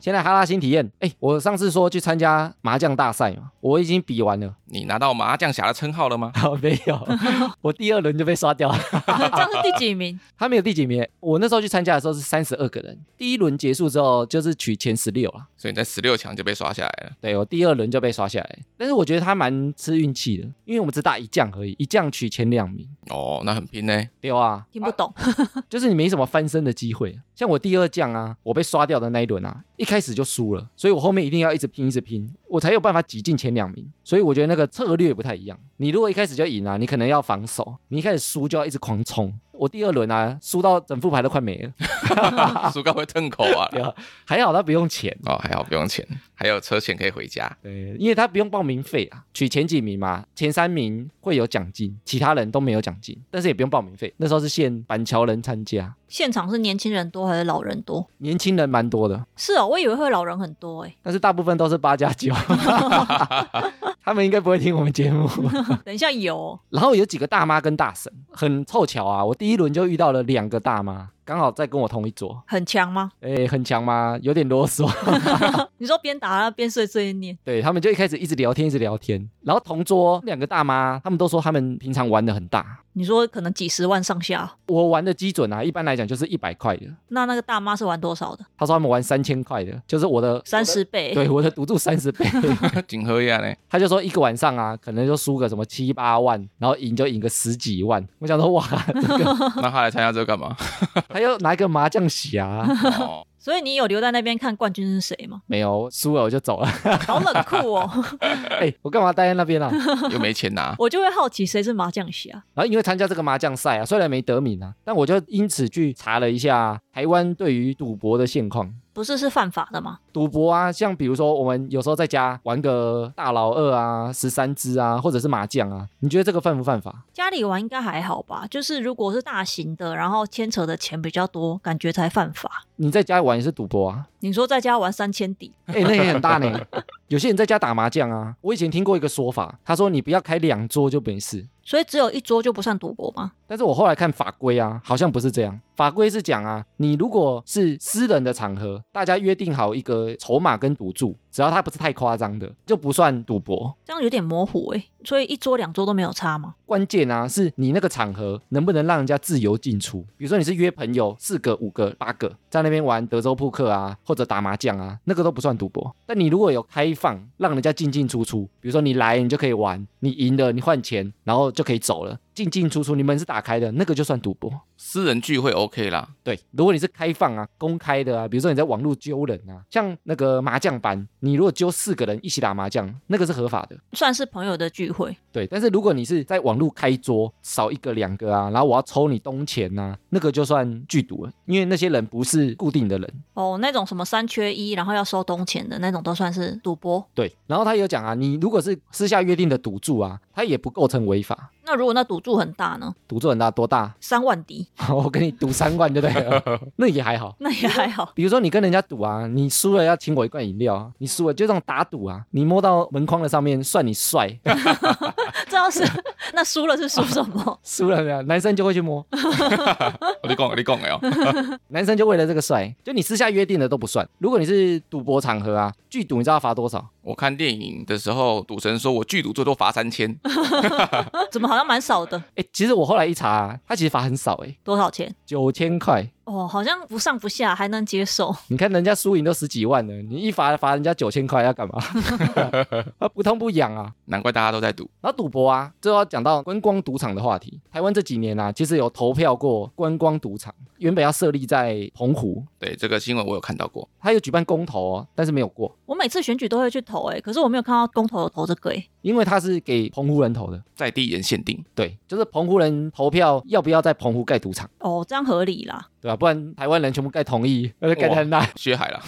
先来哈拉新体验。哎，我上次说去参加麻将大赛嘛，我已经比完 了，你拿到麻将侠的称号了吗？ 好哦没有， 我第二轮就被刷掉了。这样是第几名？ 他没有第几名，我那时候去参加的时候是三十二个人，第一轮结束之后就是取前十六啊。所以你在十六强就被刷下来了。对我第二轮就被刷下来，但是我觉得他蛮吃运气的，因为我们只打一将而已，一将取前两名。哦，那很拼呢。对啊，听不懂，就是你没什么翻身的机会。像我第二将啊，我被刷掉的那一轮啊，一开始就输了，所以我后面一定要一直拼，一直拼，我才有办法挤进前两名。所以我觉得那个策略不太一样。你如果一开始就赢啊，你可能要防守；你一开始输就要一直狂冲。我第二轮啊，输到整副牌都快没了， 苏高会吞口啊。对啊，还好他不用钱。哦，还好不用钱，还有车钱可以回家。 对，因为他不用报名费啊，取前几名嘛，前三名会有奖金，其他人都没有奖金，但是也不用报名费。那时候是限板桥人参加， 现场是年轻人多还是老人多？年轻人蛮多的，是哦，我以为会老人很多 哎、但是大部分都是八加 九， 他们应该不会听我们节目。等一下有哦、然后有几个大妈跟大婶，很凑巧啊，我第一轮就遇到了两个大妈，刚好在跟我同一桌，很强吗？诶，很强吗？有点啰嗦。 你说边打边碎碎念，对他们就一开始一直聊天，一直聊天，然后同桌两个大妈，他们都说他们平常玩的很大。你说可能几十万上下，我玩的基准啊，一般来讲就是一百块的，那那个大妈是玩多少的？他说他们玩三千块的，就是我的三，十倍、对我的赌注三十倍。 景喝呀啊呢？他就说一个晚上啊，可能就输个什么七八万，然后赢就赢个十几万。我想说哇，那他来参加这个干嘛？他又拿一个麻将席啊， 哦，所以你有留在那边看冠军是谁 吗？没有输了我就走了。好冷酷哦！ 哎、我干嘛待在那边啊？又没钱拿。我就会好奇谁是麻将侠。然后因为参加这个麻将赛啊，虽然没得名啊，但我就因此去查了一下台湾对于赌博的现况。不是是犯法的吗？赌博啊，像比如说我们有时候在家玩个大老二啊、十三支啊，或者是麻将啊，你觉得这个犯不犯法？家里玩应该还好吧，就是如果是大型的，然后牵扯的钱比较多，感觉才犯法。你在家玩也是赌博 啊，你说在家玩三千底，哎、那也很大呢。有些人在家打麻将啊，我以前听过一个说法，他说你不要开两桌就没事。所以只有一桌就不算赌博吗？但是我后来看法规啊，好像不是这样。法规是讲啊，你如果是私人的场合，大家约定好一个筹码跟赌注，只要它不是太夸张的，就不算赌博。这样有点模糊诶、所以一桌两桌都没有差吗？关键啊，是你那个场合能不能让人家自由进出。比如说你是约朋友四个、五个、八个在那边玩德州扑克啊，或者打麻将啊，那个都不算赌博。但你如果有开放，让人家进进出出，比如说你来你就可以玩，你赢了你换钱，然后就可以走了，进进出出，你门是打开的，那个就算赌博。私人聚会 OK 啦，对，如果你是开放啊、公开的啊，比如说你在网络揪人啊，像那个麻将班，你如果揪四个人一起打麻将，那个是合法的。算是朋友的聚会，对，但是如果你是在网络开桌，少一个两个啊，然后我要抽你东钱呐、那个就算聚赌了，因为那些人不是固定的人。哦，那种什么三缺一，然后要收东钱的那种，都算是赌博。对，然后他有讲啊，你如果是私下约定的赌注啊，他也不构成违法。那如果那赌注很大呢？赌注很大，多大？ 三万底，我跟你赌三万就对了，那也还好。 那也还好。比如说你跟人家赌啊，你输了要请我一罐饮料啊，你输了就这种打赌啊，你摸到门框的上面算你帅， 这要是 那输了是输什么？输了没有？男生就会去摸，我你讲你讲哎哦，男生就为了这个帅，就你私下约定的都不算。如果你是赌博场合啊，聚赌你知道要罚多少？我看电影的时候，赌神说我剧赌最多罚三千，怎么好像蛮少的？哎，其实我后来一查、啊，他其实罚很少哎，多少钱？九千块。哦，好像不上不下，还能接受。你看人家输赢都十几万了，你一罚罚人家九千块要干嘛？ 啊，不痛不痒啊。难怪大家都在赌。然后赌博啊，这要讲到观光赌场的话题。台湾这几年啊，其实有投票过观光赌场，原本要设立在澎湖，对这个新闻我有看到过，他有举办公投哦，但是没有过，我每次选举都会去投、欸，可是我没有看到公投有投这个、欸，因为他是给澎湖人投的。在地人限定，对，就是澎湖人投票要不要在澎湖盖赌场，哦，这样合理啦。对吧、不然台湾人全部盖同 意，那呃就盖太烂。薛海啦，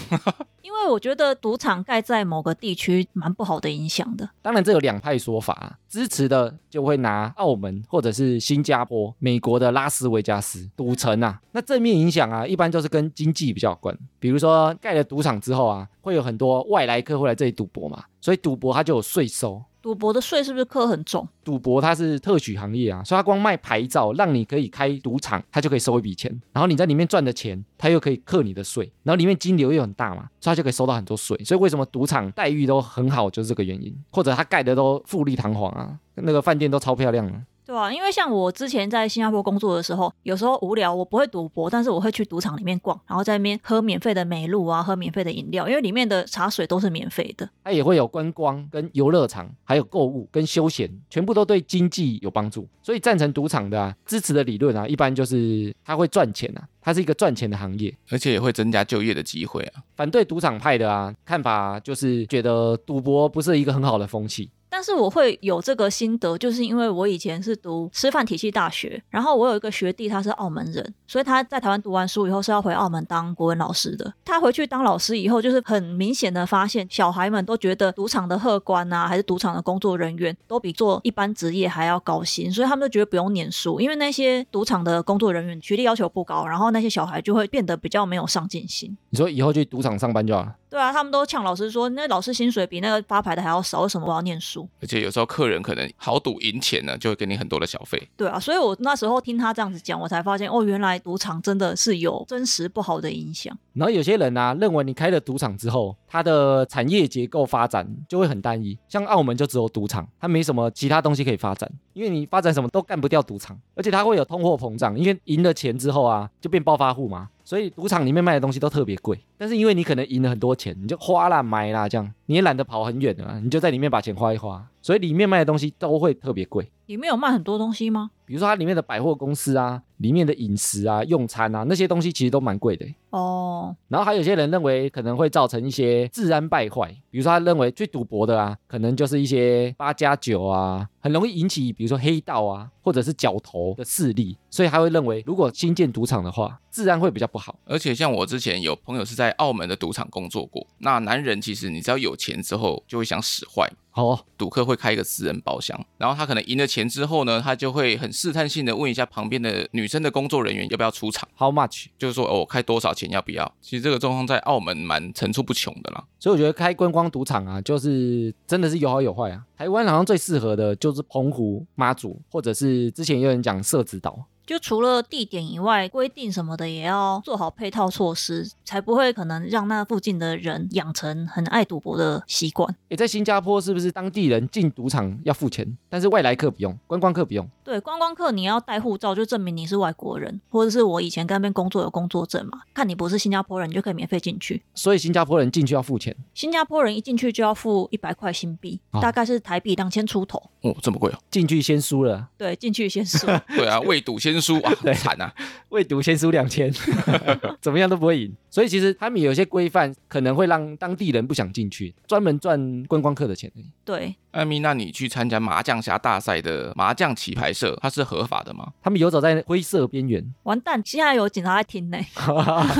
因为我觉得赌场盖在某个地区蛮不好的影响的，当然，这有两派说法、啊，支持的就会拿澳门或者是新加坡、美国的拉斯维加斯赌城啊。那正面影响啊，一般就是跟经济比较有关，比如说盖了赌场之后啊，会有很多外来客会来这里赌博嘛，所以赌博它就有税收。赌博的税是不是课很重？赌博它是特许行业啊，所以它光卖牌照，让你可以开赌场，它就可以收一笔钱，然后你在里面赚的钱，它又可以克你的税，然后里面金流又很大嘛，所以它就可以收到很多税。所以为什么赌场待遇都很好，就是这个原因，或者它盖的都富丽堂皇啊，那个饭店都超漂亮啊。对啊，因为像我之前在新加坡工作的时候，有时候无聊，我不会赌博，但是我会去赌场里面逛，然后在那边喝免费的美露啊，喝免费的饮料，因为里面的茶水都是免费的。它也会有观光、跟游乐场，还有购物跟休闲，全部都对经济有帮助。所以赞成赌场的啊，支持的理论啊，一般就是它会赚钱啊，它是一个赚钱的行业。而且也会增加就业的机会啊。反对赌场派的啊，看法就是觉得赌博不是一个很好的风气。但是我会有这个心得，就是因为我以前是读师范体系大学，然后我有一个学弟他是澳门人，所以他在台湾读完书以后是要回澳门当国文老师的。他回去当老师以后，就是很明显的发现，小孩们都觉得赌场的荷官啊，还是赌场的工作人员都比做一般职业还要高薪，所以他们就觉得不用念书，因为那些赌场的工作人员学历要求不高，然后那些小孩就会变得比较没有上进心。你说以后去赌场上班就好了。对啊，他们都呛老师说，那老师薪水比那个发牌的还要少，为什么我要念书？而且有时候客人可能豪赌赢钱呢，就会给你很多的小费。对啊，所以我那时候听他这样子讲，我才发现哦，原来赌场真的是有真实不好的影响。然后有些人啊，认为你开了赌场之后，它的产业结构发展就会很单一，像澳门就只有赌场，它没什么其他东西可以发展，因为你发展什么都干不掉赌场，而且它会有通货膨胀，因为赢了钱之后啊，就变暴发户嘛，所以赌场里面卖的东西都特别贵。但是因为你可能赢了很多钱，你就花啦买啦这样，你也懒得跑很远了啊，你就在里面把钱花一花，所以里面卖的东西都会特别贵。里面有卖很多东西吗？比如说它里面的百货公司啊，里面的饮食啊、用餐啊那些东西其实都蛮贵的欸。哦，然后还有些人认为可能会造成一些治安败坏，比如说他认为去赌博的啊，可能就是一些八加九啊，很容易引起比如说黑道啊或者是角头的势力，所以他会认为如果新建赌场的话，治安会比较不好。而且像我之前有朋友是在澳门的赌场工作过，那男人其实你只要有钱之后就会想使坏嘛，哦，赌客会开一个私人包厢，然后他可能赢了钱之后呢，他就会很试探性的问一下旁边的女生的工作人员要不要出场， ，how much？就是说哦我开多少钱要不要？其实这个状况在澳门蛮层出不穷的啦。所以我觉得开观光赌场啊，就是真的是有好有坏啊。台湾好像最适合的就是澎湖、妈祖，或者是之前也有人讲社子岛，就除了地点以外，规定什么的也要做好配套措施，才不会可能让那附近的人养成很爱赌博的习惯。诶，在新加坡是不是当地人进赌场要付钱，但是外来客不用，观光客不用？对，观光客你要带护照，就证明你是外国人，或者是我以前跟那边工作有工作证嘛，看你不是新加坡人，你就可以免费进去。所以新加坡人进去要付钱。新加坡人一进去就要付一百块新币，哦大概是台币两千出头。哦，这么贵哦？进去先输了，对，进去先说。 对啊，未赌先输啊，惨啊！未读先输两千， 怎么样都不会赢。所以其实他们有些规范可能会让当地人不想进去，专门赚观光客的钱而已。对，艾啊米，那你去参加麻将侠大赛的麻将棋牌社，它是合法的吗？他们游走在灰色边缘。 完蛋，现在有警察在听呢。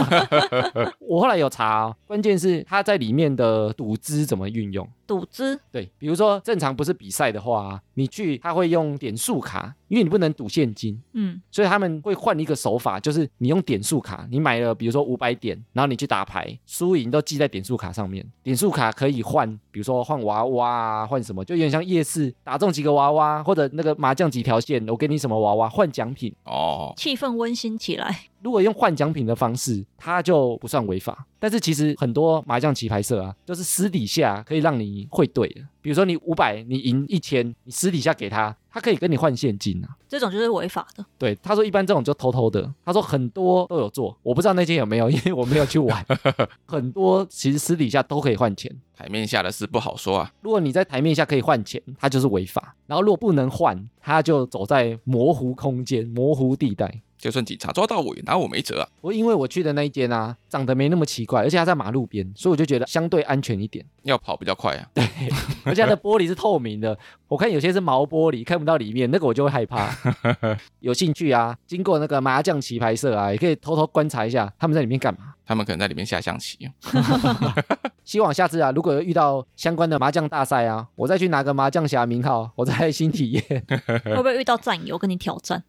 我后来有查、哦，关键是他在里面的赌资怎么运用。赌资对，比如说正常不是比赛的话，啊你去他会用点数卡，因为你不能赌现金，嗯，所以他们会换一个手法，就是你用点数卡，你买了比如说五百点，然后你去打牌，输赢都记在点数卡上面。点数卡可以换，比如说换娃娃啊，换什么，就有点像夜市打中几个娃娃，或者那个麻将几条线，我给你什么娃娃换奖品。哦，气氛温馨起来。如果用换奖品的方式，它就不算违法。但是其实很多麻将棋牌社啊，就是私底下可以让你汇兑的。比如说你五百，你赢一千，你私底下给他，他可以跟你换现金啊。这种就是违法的，对，他说一般这种就偷偷的，他说很多都有做，我不知道那间有没有，因为我没有去玩。很多其实私底下都可以换钱，台面下的事不好说啊。如果你在台面下可以换钱，它就是违法；然后如果不能换，它就走在模糊空间、模糊地带。就算警察抓到我，也拿我没辙啊。我因为我去的那一间啊，长得没那么奇怪，而且它在马路边，所以我就觉得相对安全一点。要跑比较快啊。 而且它的玻璃是透明的，我看有些是毛玻璃，看不到里面，那个我就会害怕。有兴趣啊，经过那个麻将棋牌社啊，也可以偷偷观察一下他们在里面干嘛。他们可能在里面下象棋。希望下次啊，如果有遇到相关的麻将大赛啊，我再去拿个麻将侠名号，我再新体验。会不会遇到战友跟你挑战？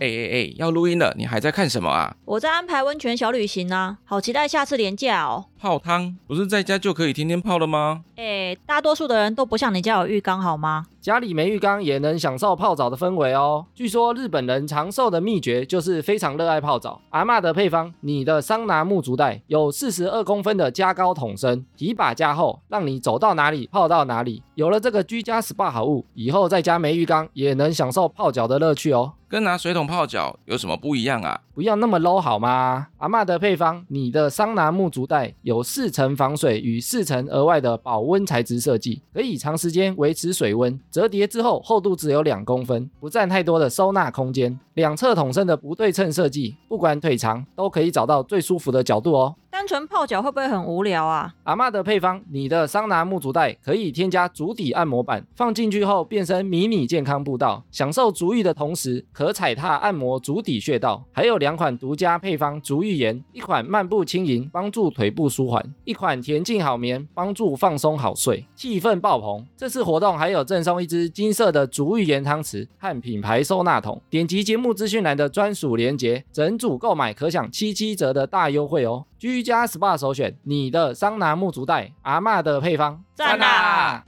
哎哎哎，要录音了，你还在看什么啊？我在安排温泉小旅行啊，好期待下次廉价哦。泡汤，不是在家就可以天天泡了吗？哎，大多数的人都不像你家有浴缸好吗？家里没浴缸也能享受泡澡的氛围哦。据说日本人长寿的秘诀就是非常热爱泡澡。阿嬷的配方，你的桑拿木竹袋有四十二公分的加高桶身，提把加厚，让你走到哪里泡到哪里。有了这个居家 SPA 好物，以后在家没浴缸也能享受泡脚的乐趣哦。跟拿水桶泡脚有什么不一样啊？不要那么 low 好吗？阿嬷的配方，你的桑拿木竹袋有四层防水与四层额外的保温材质设计，可以长时间维持水温。折叠之后厚度只有两公分，不占太多的收纳空间。两侧桶身的不对称设计，不管腿长都可以找到最舒服的角度哦。单纯泡脚会不会很无聊啊？阿嬷的配方，你的桑拿木足袋可以添加足底按摩板，放进去后变身迷你健康步道，享受足浴的同时，可踩踏按摩足底穴道。还有两款独家配方足浴盐，一款漫步轻盈，帮助腿部舒缓；一款恬静好眠，帮助放松好睡，气氛爆棚。这次活动还有赠送一支金色的足浴盐汤匙和品牌收纳桶。点击节目资讯栏的专属链接，整组购买可享七七折的大优惠哦。居家 SPA 首选，你的桑拿木足袋，阿嬷的配方，赞啊！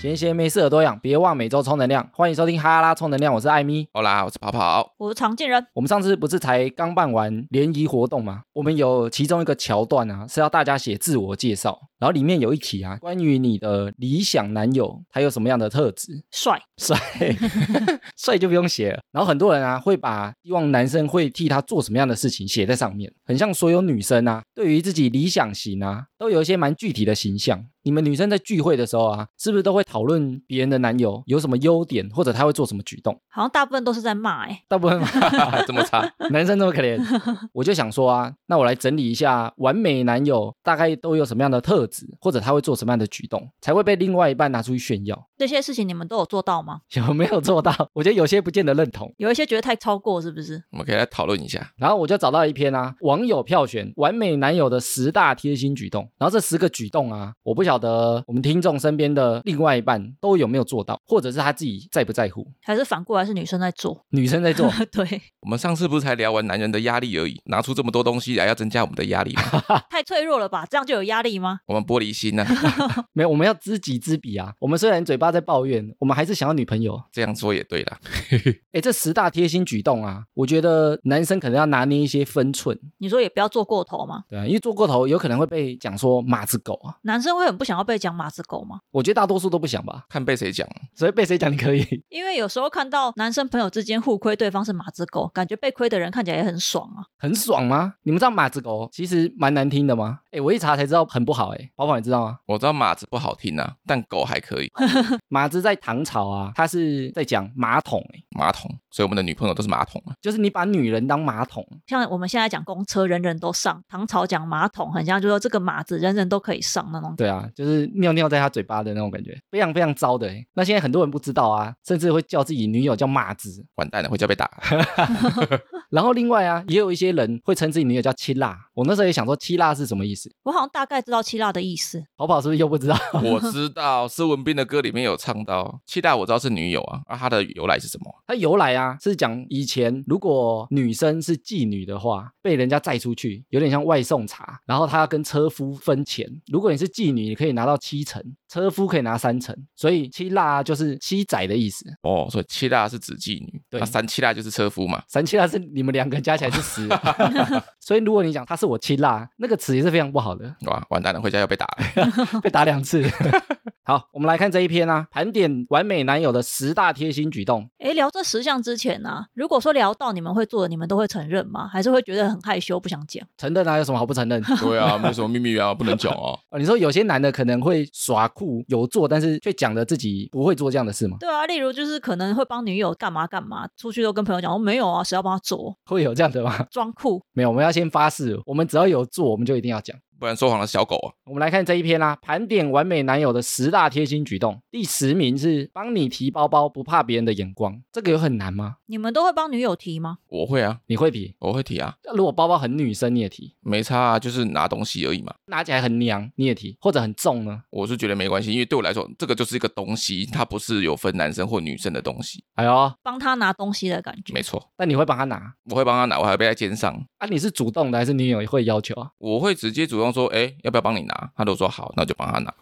闲闲没事耳朵痒，别忘每周充能量。欢迎收听哈拉充能量，我是艾米。好啦，我是跑跑， 我是常见人，我们上次不是才刚办完联谊活动吗？我们有其中一个桥段啊，是要大家写自我介绍，然后里面有一题啊，关于你的理想男友他有什么样的特质，帅， 帅，帅就不用写了。然后很多人啊会把希望男生会替他做什么样的事情写在上面，很像所有女生啊，对于自己理想型啊，都有一些蛮具体的形象。你们女生在聚会的时候啊，是不是都会讨论别人的男友有什么优点，或者他会做什么举动？好像大部分都是在骂哎、大部分这么差， 男生这么可怜，我就想说啊，那我来整理一下完美男友大概都有什么样的特质，或者他会做什么样的举动，才会被另外一半拿出去炫耀。这些事情你们都有做到吗？有没有做到？我觉得有些不见得认同。有一些觉得太超过是不是？我们可以来讨论一下。然后我就找到一篇啊，网友票选完美男友的十大贴心举动。然后这十个举动啊，我不晓得我们听众身边的另外一半都有没有做到，或者是他自己在不在乎。还是反过来是女生在做？ 女生在做，对，我们上次不是才聊完男人的压力而已，拿出这么多东西来要增加我们的压力吗，太脆弱了吧？这样就有压力吗？我们玻璃心呢、啊没有，我们要知己知彼啊。我们虽然嘴巴在抱怨，我们还是想要女朋友。这样说也对啦。哎，这十大贴心举动啊，我觉得男生可能要拿捏一些分寸，你说也不要做过头吗？对啊，因为做过头有可能会被讲说马子狗啊。男生会很不想要被讲马子狗吗？我觉得大多数都不想吧，看被谁讲，所以被谁讲你可以。因为有时候看到男生朋友之间互亏对方是马子狗，感觉被亏的人看起来也很爽啊。很爽吗？你们知道马子狗其实蛮难听的吗？哎，我一查才知道很不好。哎，宝宝你知道吗？我知道马子不好听啊，但狗还可以。马子在唐朝啊，他是在讲马桶，哎，马桶，所以我们的女朋友都是马桶啊。就是你把女人当马桶，像我们现在讲公车，人人都上；唐朝讲马桶，很像就说这个马子人人都可以上那种。对啊，就是尿尿在他嘴巴的那种感觉，非常非常糟的。哎，那现在很多人不知道啊，甚至会叫自己女友叫马子。完蛋了，回家被打。然后另外啊，也有一些人会称自己女友叫七辣。我那时候也想说七辣是什么意思，我好像大概知道七辣的意思，宝宝是不是又不知道？ 我知道施文斌的歌里面有唱到，七大我知道是女友啊，啊，它的由来是什么？它由来啊，是讲以前如果女生是妓女的话，被人家载出去，有点像外送茶，然后她要跟车夫分钱。如果你是妓女，你可以拿到七成，车夫可以拿三成，所以七辣啊就是七仔的意思。哦，所以七大是指妓女，对那三七大就是车夫嘛。三七辣是你们两个加起来是十， 所以如果你讲她是我七辣，那个词也是非常不好的，哇，完蛋了，回家要被打了。被打两次。 好，我们来看这一篇啊，盘点完美男友的十大贴心举动。诶，聊这十项之前呢、如果说聊到你们会做的，你们都会承认吗？还是会觉得很害羞不想讲？承认啊，有什么好不承认？ 对啊，没什么秘密啊，不能讲啊。哦，你说有些男的可能会耍酷有做，但是却讲的自己不会做这样的事吗？ 对啊，例如就是可能会帮女友干嘛干嘛，出去都跟朋友讲，我、哦没有啊，谁要帮他做，会有这样的吗？装酷。没有，我们要先发誓，我们只要有做，我们就一定要讲。 不然说谎的是小狗啊。我们来看这一篇啦，盘点完美男友的十大贴心举动，第十名是帮你提包包，不怕别人的眼光。这个有很难吗？你们都会帮女友提吗？我会啊，你会提？我会提啊，如果包包很女生，你也提；没差啊，就是拿东西而已嘛。拿起来很娘，你也提；或者很重呢？我是觉得没关系，因为对我来说，这个就是一个东西，它不是有分男生或女生的东西。哎呦，帮他拿东西的感觉没。错，但你会帮他拿我会帮他拿，我还会背在肩上，啊？你是主动的还是女友会要求啊？我会直接主动说，哎，要不要帮你拿？他都说好，那我就帮他拿。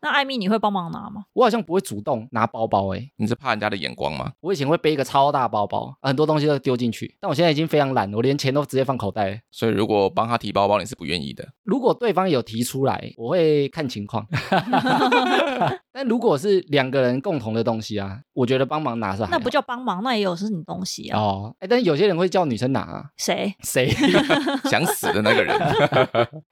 那艾米，你会帮忙拿吗？我好像不会主动拿包包欸诶、你是怕人家的眼光吗？我以前会背一个超大包包，很多东西都丢进去，但我现在已经非常懒，我连钱都直接放口袋了。所以如果帮他提包包，你是不愿意的。如果对方有提出来，我会看情 况。 但如果是两个人共同的东西啊，我觉得帮忙拿是还好那不叫帮忙，那也有是你东西啊。哦，哎，但是有些人会叫女生拿、啊，谁？谁？ 想死的那个人，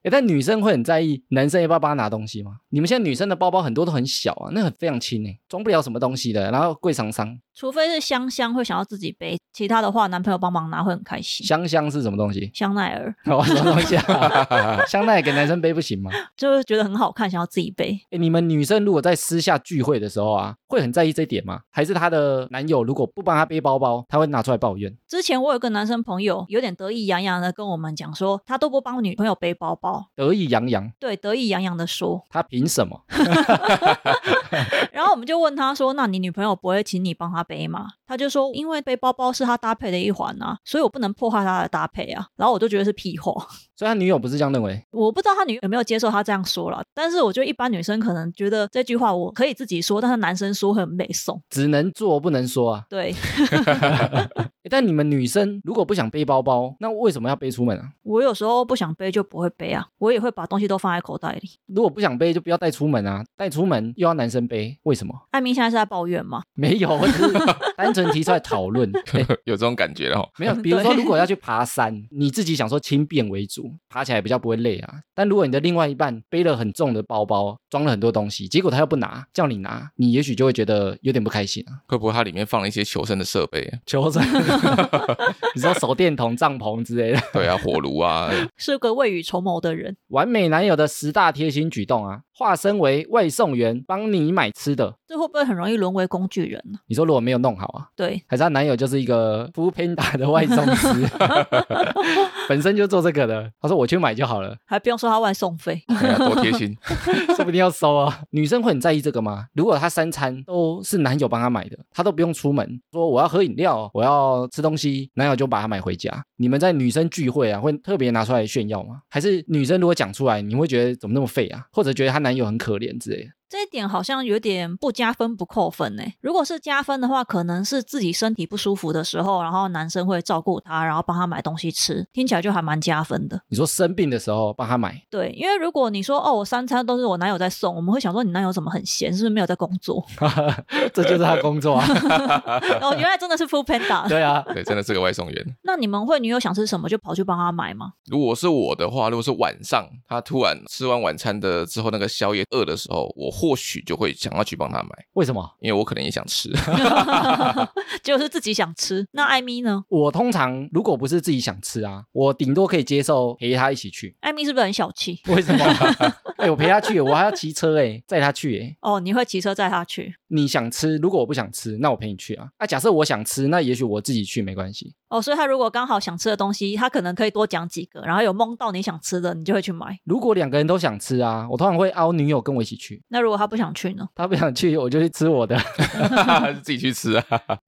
哎，但女生会很在意男生要不要帮她拿东西吗？你们现在女生的包包很多都很小啊，那很非常轻哎、装不了什么东西的，然后贵桑桑。除非是香香会想要自己背，其他的话男朋友帮忙拿会很开心。香香是什么东西？ 香奈儿哦，什么东西啊？ 香奈给男生背不行吗？就是觉得很好看，想要自己背。哎，你们女生如果在私下聚会的时候啊，会很在意这一点吗？还是她的男友如果不帮她背包包，她会拿出来抱怨？之前我有个男生朋友，有点得意洋洋的跟我们讲说，他都不帮女朋友背包包，得意洋洋，对，得意洋洋的说。她凭什么？ 然后我们就问他说，那你女朋友不会请你帮她背吗？他就说，因为背包包是他搭配的一环啊，所以我不能破坏他的搭配啊。然后我就觉得是屁话， 所以她女友不是这样认为。我不知道他女友有没有接受他这样说了，但是我觉得一般女生可能觉得这句话我可以自己说，但是男生说很美颂。只能做不能说啊！对诶但你们女生如果不想背包包，那为什么要背出门啊？我有时候不想背就不会背啊，我也会把东西都放在口袋里。如果不想背，就不要带出门啊！带出门又要男生背，为什么？艾米现在是在抱怨吗？没有，我只是单纯提出来讨论。诶 有这种感觉哦。没有，比如说，对如果要去爬山，你自己想说轻便为主，爬起来比较不会累啊。但如果你的另外一半背了很重的包包，装了很多东西，结果他又不拿，叫你拿，你也许就会觉得有点不开心啊。会不会它里面放了一些求生的设备？求生， 你说手电筒、帐篷之类的。对啊，火炉啊，是个未雨绸缪的人，完美男友的十大贴心举动啊，化身为外送员帮你买吃的。这会不会很容易沦为工具人呢、你说如果没有弄好啊，对，还是她男友就是一个 f o o Panda 的外送 师，本身就做这个的。他说我去买就好了，还不用说他外送费，哎呀，多贴心。说不定要收啊。女生会很在意这个吗？如果她三餐都是男友帮她买的，她都不用出门，说我要喝饮料，我要吃东西，男友就把她买回家。你们在女生聚会啊，会特别拿出来炫耀吗？还是女生如果讲出来，你会觉得怎么那么废啊，或者觉得她男友很可怜之类的？这一点好像有点不加分不扣分呢、如果是加分的话，可能是自己身体不舒服的时候，然后男生会照顾她，然后帮她买东西吃，听起来就还蛮加分的。你说生病的时候帮她买， 对，因为如果你说哦，我三餐都是我男友在送，我们会想说你男友怎么很闲，是不是没有在工作？ 这就是他工作啊。哦，原来真的是 Food Panda。对啊，对，真的是个外送员。那你们会女友想吃什么就跑去帮她买吗？如果是我的话，如果是晚上他突然吃完晚餐的之后，那个宵夜饿的时候，我或许就会想要去帮他买，为什么？因为我可能也想吃。 就是自己想吃。那艾米呢？我通常如果不是自己想吃啊，我顶多可以接受陪他一起去。艾米是不是很小气？为什么？哎、我陪他去，我还要骑车哎、载他去哎、哦，你会骑车载她去？你想吃，如果我不想吃，那我陪你去啊。啊，假设我想吃，那也许我自己去没关系。哦，所以他如果刚好想吃的东西，他可能可以多讲几个，然后有蒙到你想吃的，你就会去买。如果两个人都想吃啊，我通常会邀女友跟我一起去。那如果他不想去呢？她不想去，我就去吃我的。 哎还是自己去吃啊？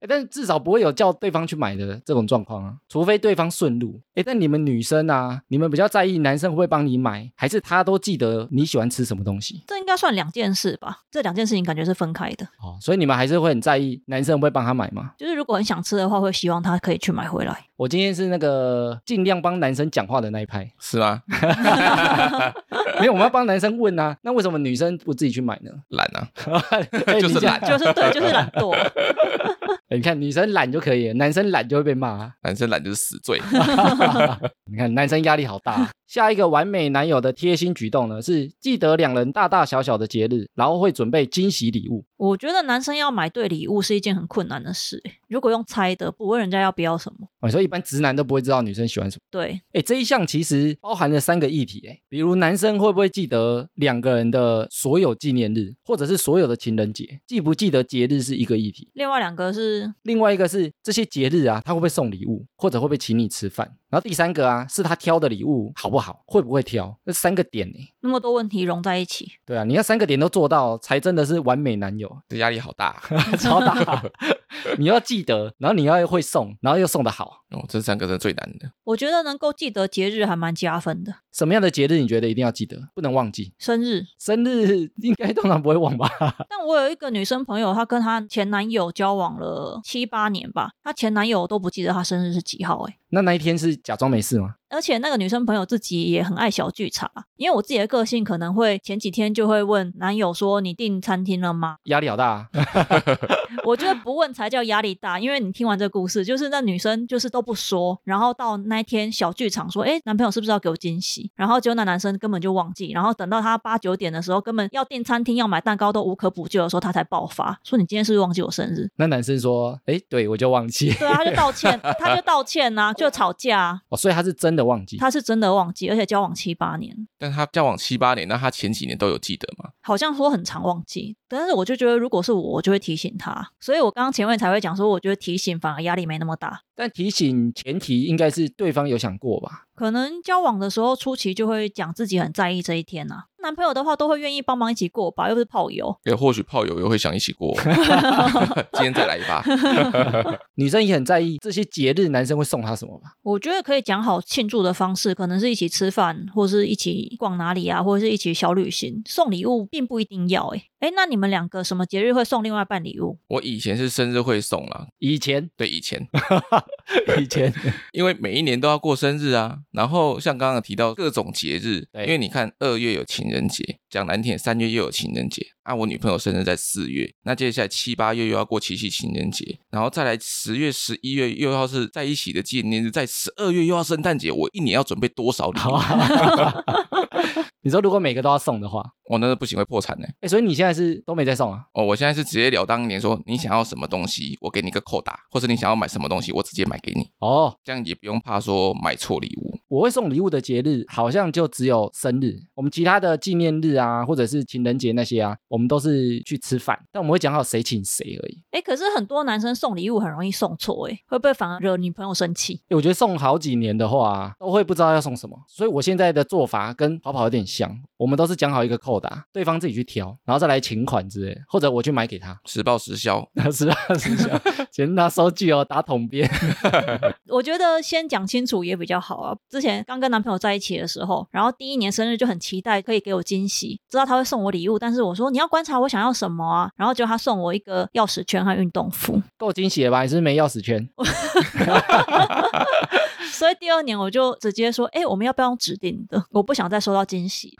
但至少不会有叫对方去买的这种状况啊，除非对方顺路。哎，但你们女生啊，你们比较在意男生会不会帮你买，还是他都记得你喜欢吃什么东西？这应该算两件事吧？这两件事情感觉是分开的。哦，所以你们还是会很在意男生会不会帮他买吗？就是如果很想吃的话，会希望他可以去买 回来。我今天是那个尽量帮男生讲话的那一派， 是吗？没有，我们要帮男生问啊。那为 什么女生不自己去买呢？懒啊，哎就是你讲懒就是对，就是懒惰。哎你看女生懒就可以了，男生懒就会被骂。啊男生懒就是死罪。你看男生压力好大。啊 下一个完美男友的贴心举动呢，是记得两人大大小小的节日，然后会准备惊喜礼物。我觉得男生要买对礼物是一件很困难的事。欸如果用猜的，不问人家要不要什么，哦，所以一般直男都不会知道女生喜欢什么。对，哎，这一项其实包含了三个议题，哎，比如男生会不会记得两个人的所有纪念日，或者是所有的情人节，记不记得节日是一个议题。另外两个是另外一个是这些节日啊，他会不会送礼物，或者会不会请你吃饭？然后第三个啊，是他挑的礼物好不好，会不会挑？那三个点呢？那么多问题融在一起，对啊，你要三个点都做到，才真的是完美男友， 这压力好大啊超大。你要记得，然后你要会送，然后又送的好。哦，这三个真的最难的。我觉得能够记得节日还蛮加分的。什么样的节日你觉得一定要记得，不能忘记？生日，生日 应该通常不会忘吧？ 但我有一个女生朋友，她跟她前男友交往了七八年吧，她前男友都不记得她生日是几号、欸，那那一天是假装没事吗？而且那个女生朋友自己也很爱小剧场，啊因为我自己的个性可能会前几天就会问男友说：“你订餐厅了吗压力好大、啊，？”我觉得不问才叫压力大，因为你听完这故事，就是那女生就是都不说，然后到那一天小剧场说：“哎，男朋友是不是要给我惊喜？”然后结果那男生根本就忘记，然后等到他八九点的时候，根本要订餐厅、要买蛋糕都无可补救的时候，他才爆发说：“你今天是不是忘记我生日那男生说：“哎，对我就忘记。”对啊，他就道歉，他就道歉呐、就吵架、啊。哦，所以他是真的忘记。他是真的忘记，而且交往七八年，但他交往七八年，那他前几年都有记得吗？好像说很常忘记。但是我就觉得，如果是我，我就会提醒他。所以我刚刚前面才会讲说，我觉得提醒反而压力没那么大。但提醒前提应该是对方有想过吧？可能交往的时候初期就会讲自己很在意这一天啊。男朋友的话都会愿意帮忙一起过吧，又不是炮友。也或许炮友又会想一起 过，今天再来一把。女生也很在意这些节日男生会送她什么吧？我觉得可以讲好庆祝的方式，可能是一起吃饭，或是一起逛哪里啊，或者是一起小旅行。送礼物并不一定要诶、欸、诶、那你们两个什么节日会送另外一半礼物？我以前是生日会送啦，以前，对以前，以前， 因为每一年都要过生日啊。然后像刚刚提到各种节日，对因为你看二月有情人节，讲难听，三月又有情人节。啊，我女朋友生日在四月，那接下来七八月又要过七夕情人节，然后再来十月、十一月又要是在一起的纪念日，在十二月又要圣诞节，我一年要准备多少礼物？好啊。 你说如果每个都要送的话， 我那不行，会破产呢、哎，所以你现在是都没在送啊？哦，我现在是直截了当年说，你想要什么东西，我给你一个扣打，或者你想要买什么东西，我直接买给你，哦，这样也不用怕说买错礼物。我会送礼物的节日好像就只有生日，我们其他的纪念日啊，或者是情人节那些啊，我们都是去吃饭，但我们会讲好谁请谁而已。诶、可是很多男生送礼物很容易送错，诶，会不会反而惹女朋友生气？诶我觉得送好几年的话，啊都会不知道要送什么，所以我现在的做法跟跑跑有点像，我们都是讲好一个扣打，对方自己去挑，然后再来请款之类的，或者我去买给他。 时报时销，是啊，是啊，钱拿收据哦，打桶边。 我觉得先讲清楚也比较好啊。之前刚跟男朋友在一起的时候，然后第一年生日就很期待可以给我惊喜，知道他会送我礼物，但是我说你要观察我想要什么啊，然后就他送我一个钥匙圈和运动服， 够惊喜了吧？你是不是没钥匙圈？所以第二年我就直接说，哎、我们要不要用指定的？我不想再收到惊喜。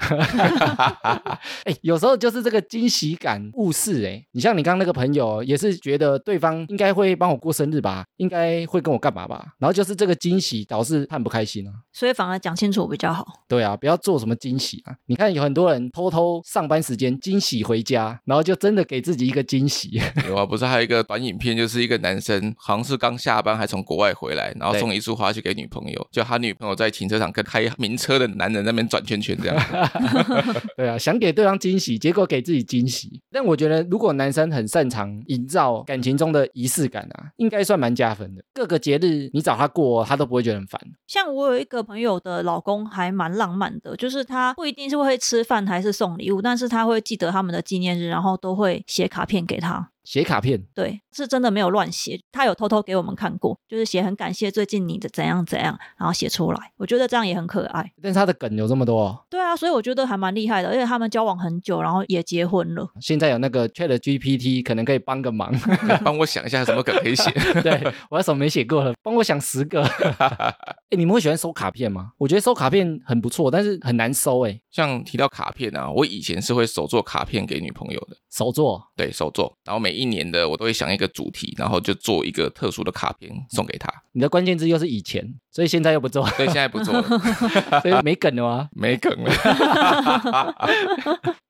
哎、有时候就是这个惊喜感误事哎、你像你刚刚那个朋友，也是觉得对方应该会帮我过生日吧，应该会跟我干嘛吧，然后就是这个惊喜导致他很不开心啊。所以反而讲清楚比较好。对啊，不要做什么惊喜啊！你看有很多人偷偷上班时间惊喜回家，然后就真的给自己一个惊喜。 有啊，不是还有一个短影片，就是一个男生好像是刚下班，还从国外回来，然后对送了一束花去给女朋友，就他女朋友在停车场跟开名车的男人在那边转圈圈这样。对啊，想给对方惊喜，结果给自己惊喜。但我觉得，如果男生很擅长营造感情中的仪式感啊，应该算蛮加分的。各个节日你找他过，他都不会觉得很烦。像我有一个朋友的老公还蛮浪漫的，就是他不一定是会吃饭还是送礼物，但是他会记得他们的纪念日，然后都会写卡片给他。写卡片，对，是真的没有乱写，他有偷偷给我们看过，就是写很感谢最近你的怎样怎样，然后写出来，我觉得这样也很可爱。但是他的梗有这么多、哦。对啊，所以我觉得还蛮厉害的，而且他们交往很久，然后也结婚了。现在有那个 Chat GPT，可能可以帮个忙。帮我想一下有什么梗可以写。 对我要什么没写过了，帮我想十个。哎、你们会喜欢收卡片吗？我觉得收卡片很不错，但是很难收哎、像提到卡片啊，我以前是会手做卡片给女朋友的，手作对手做，然后每一年的我都会想一个主题，然后就做一个特殊的卡片送给她。你的关键字又是以前，所以现在又不做，所以现在不做了，所以没梗了啊吗？没梗 了。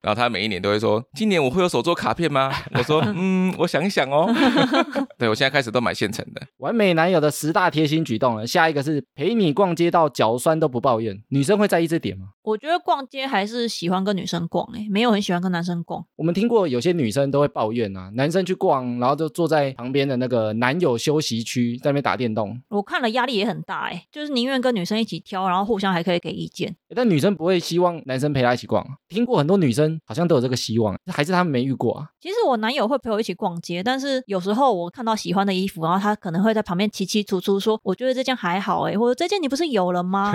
然后她每一年都会说：“今年我会有手做卡片吗？”我 说：“嗯，我想一想哦。” 对我现在开始都买现成的，完美男友的十大贴心举动了，下一个是陪你逛街到脚酸都不抱怨，女生会在意这点吗？我觉得逛街还是喜欢跟女生逛、欸，哎，没有很喜欢跟男生逛。我们听过有些女生都会抱怨啊，男生去逛，然后就坐在旁边的那个男友休息区，在那边打电动。我看了压力也很大、欸，哎，就是宁愿跟女生一起挑，然后互相还可以给意见。诶但女生不会希望男生陪她一起逛啊，听过很多女生好像都有这个希望，还是他们没遇过啊？ 其实我男友会陪我一起逛街，但是有时候我看到喜欢的衣服，然后他可能会在旁边起起出出说：“我觉得这件还好、欸，哎，或者这件你不是有了吗？”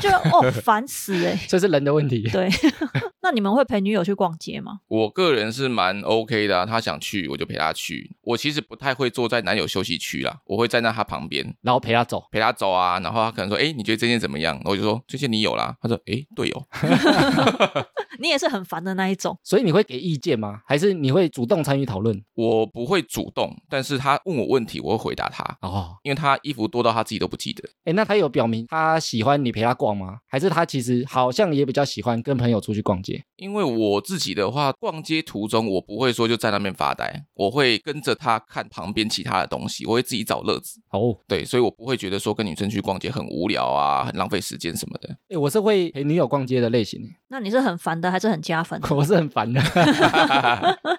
就哦，烦死哎、欸。这是人的问题。对，那你们会陪女友去逛街吗？我个人是蛮 OK 的、啊，她想去我就陪她去。我其实不太会坐在男友休息区啦，我会站在她旁边 然后陪她走，陪她走啊。然后她可能说：“哎，你觉得这件怎么样？”然后我就说：“这件你有啦。”她说：“哎，对哦。你也是很烦的那一种。所以你会给意见吗？还是你会主动参与讨论？”我不会主动，但是她问我问题，我会回答她，哦，因为她衣服多到她自己都不记得。哎，那他有表明他喜欢你陪他逛吗？还是他其实好像也比较喜欢跟朋友出去逛街？因为我自己的话，逛街途中我不会说就在那边发呆，我会跟着她看旁边其他的东西，我会自己找乐子。哦，对，所以我不会觉得说跟女生去逛街很无聊啊，很浪费时间什么的。哎，我是会陪女友逛街的类型耶，那你是很烦的，还是很加分的？我是很烦的。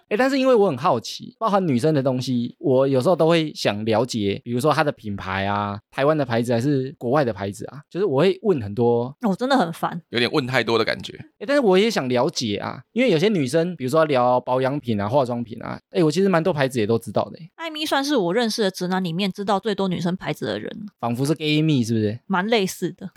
哎，但是因为我很好奇，包含女生的东西，我有时候都会想了解，比如说它的品牌啊，台湾的牌子还是国外的牌子啊，就是我会问很多。我、真的很烦。有点问太多的感觉。哎，但是我也想了解啊，因为有些女生，比如说聊保养品啊、化妆品啊，哎，我其实蛮多牌子也都知道的耶，欸艾米算是我认识的直男里面知道最多女生牌子的人，仿佛是 gay 蜜，是不是？蛮类似的。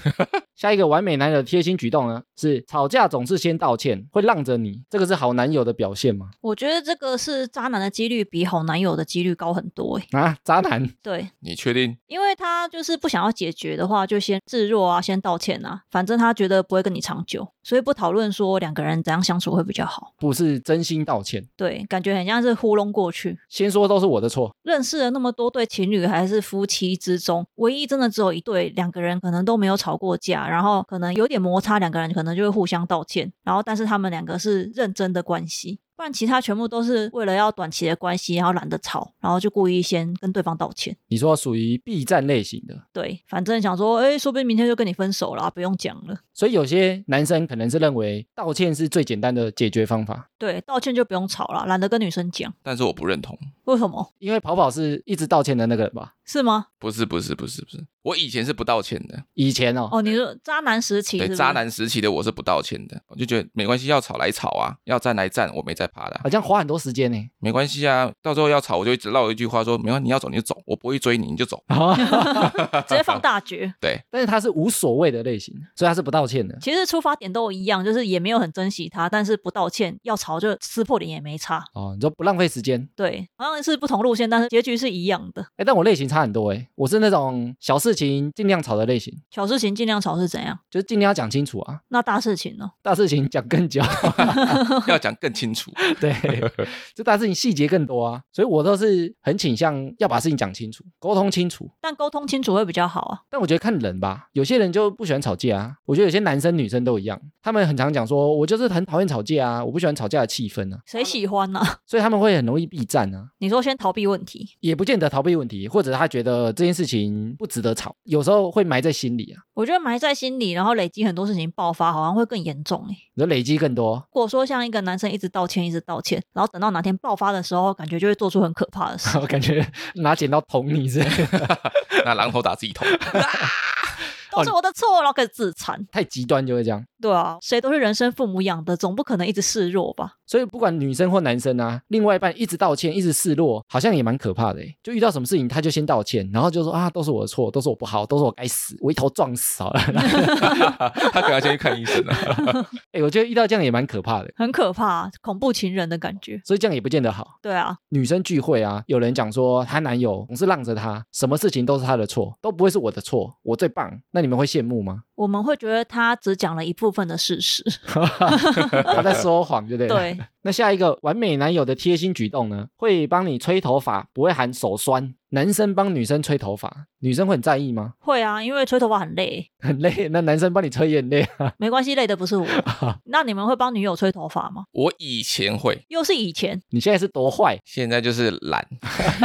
下一个完美男友的贴心举动呢，是吵架总是先道歉，会让着你，这个是好男友的表现吗？我觉得这个是渣男的几率比好男友的几率高很多、欸。啊，渣男，对，你确定？因为他就是不想要解决的话，就先示弱啊，先道歉啊，反正他觉得不会跟你长久，所以不讨论说两个人怎样相处会比较好。不是真心道歉，对，感觉很像是糊弄过去。先说都是我的错，认识了那么多对情侣还是夫妻之中，唯一真的只有一对两个人可能都没有吵过架，然后可能有点摩擦，两个人可能就会互相道歉，然后但是他们两个是认真的关系，不然其他全部都是为了要短期的关系，然后懒得吵，然后就故意先跟对方道歉。你说属于 B 站类型的，对，反正想说，哎，说不定明天就跟你分手了，不用讲了。所以有些男生可能是认为道歉是最简单的解决方法，对，道歉就不用吵了，懒得跟女生讲。但是我不认同。为什么？因为跑跑是一直道歉的那个人吧？是吗？不是不是不是不是，我以前是不道歉的，以前哦，哦，你说渣男时期是对不是渣男时期的我是不道歉的，我就觉得没关系，要吵来吵啊，要站来站，我没在怕的啊、好像花很多时间呢。没关系啊，到时候要吵我就一直唠一句话说，没关系，你要走你就走，我不会追你，你就走。直 接放大绝。对，但是他是无所谓的类型，所以他是不道歉的。其实出发点都一样，就是也没有很珍惜他，但是不道歉，要吵就撕破脸也没差。哦，你说不浪费时间？对，好像是不同路线，但是结局是一样的。哎，但我类型差很多哎，我是那种小事情尽量吵的类型，小事情尽量吵是怎样？就是尽量要讲清楚啊，那大事情呢？大事情讲更久，要讲更清楚。对，就大事情细节更多啊，所以我都是很倾向要把事情讲清楚，沟通清楚。但沟通清楚会比较好啊。但我觉得看人吧，有些人就不喜欢吵架啊。我觉得有些男生女生都一样，他们很常讲说，我就是很讨厌吵架啊，我不喜欢吵架的气氛啊，谁喜欢呢、 所以他们会很容易避战啊。你说先逃避问题，也不见得逃避问题，或者他觉得这件事情不值得吵，有时候会埋在心里啊，我觉得埋在心里，然后累积很多事情爆发，好像会更严重诶、你就累积更多。如果说像一个男生一直道歉，一直道歉，然后等到哪天爆发的时候，感觉就会做出很可怕的事。 我感觉拿剪刀捅你是那榔头打自己头，都是我的错，然后开始自残。太极端就会这样。对啊，谁都是人生父母养的，总不可能一直示弱吧？所以不管女生或男生啊，另外一半一直道歉，一直示弱，好像也蛮可怕的欸。就遇到什么事情，他就先道歉，然后就说啊，都是我的错，都是我不好，都是我该死，我一头撞死好了。 他可能要先去看医生啊了、哎、我觉得遇到这样也蛮可怕的，很可怕，恐怖情人的感觉。所以这样也不见得好。对啊，女生聚会啊，有人讲说她男 友总是让着她，什么事情都是她的错，都不会是我的错，我最棒。那你们会羡慕吗？我们会觉得他只讲了一部分的事实。他在说谎，对不对？。对，那下一个完美男友的贴心举动呢？会帮你吹头发，不会喊手酸。男生帮女生吹头发，女生会很在意吗？ 会啊，因为吹头发很累，很累，那男生帮你吹也很累啊。没关系，累的不是我。那你们会帮女友吹头发吗？ 我以前会，又是以前，你现在是多坏？现在就是懒，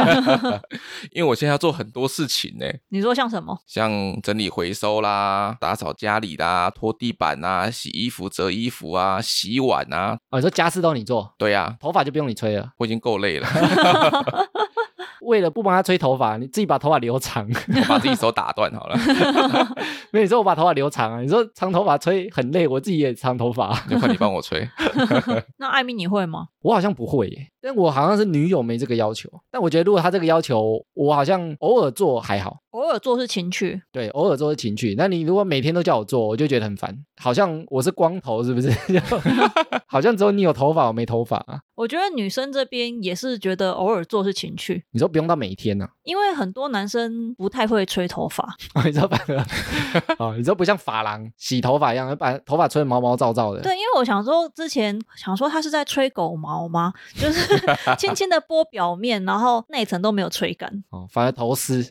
因为我现在要做很多事情呢、你说像什么？像整理回收啦、打扫家里啦、拖地板啦、洗衣服、折衣服啊、洗碗啊，哦，你说家事都你做，对啊，头发就不用你吹了。我已经够累了， 为了不帮他吹头发，你自己把头发留长。 我把自己手打断好了，没有，你说我把头发留长啊？你说长头发吹很累，我自己也长头发 啊。就换你帮我吹。 那艾米你会吗？我好像不会耶，但我好像是女友没这个要求。但我觉得如果她这个要求，我好像偶尔做还好。偶尔做是情趣，对，偶尔做是情趣。那你如果每天都叫我做，我就觉得很烦，好像我是光头，是不是？ 好像只有你有头发，我没头发、啊。我觉得女生这边也是觉得偶尔做是情趣，你说不用到每天呐、因为很多男生不太会吹头发，啊， 你知道反而哦，你知道不像发廊洗头发一样，把头发吹得毛毛躁躁的。对，因为我想说之前想说他是在吹狗毛吗？就是 轻轻的拨表面，然后内层都没有吹干。哦，反而头湿。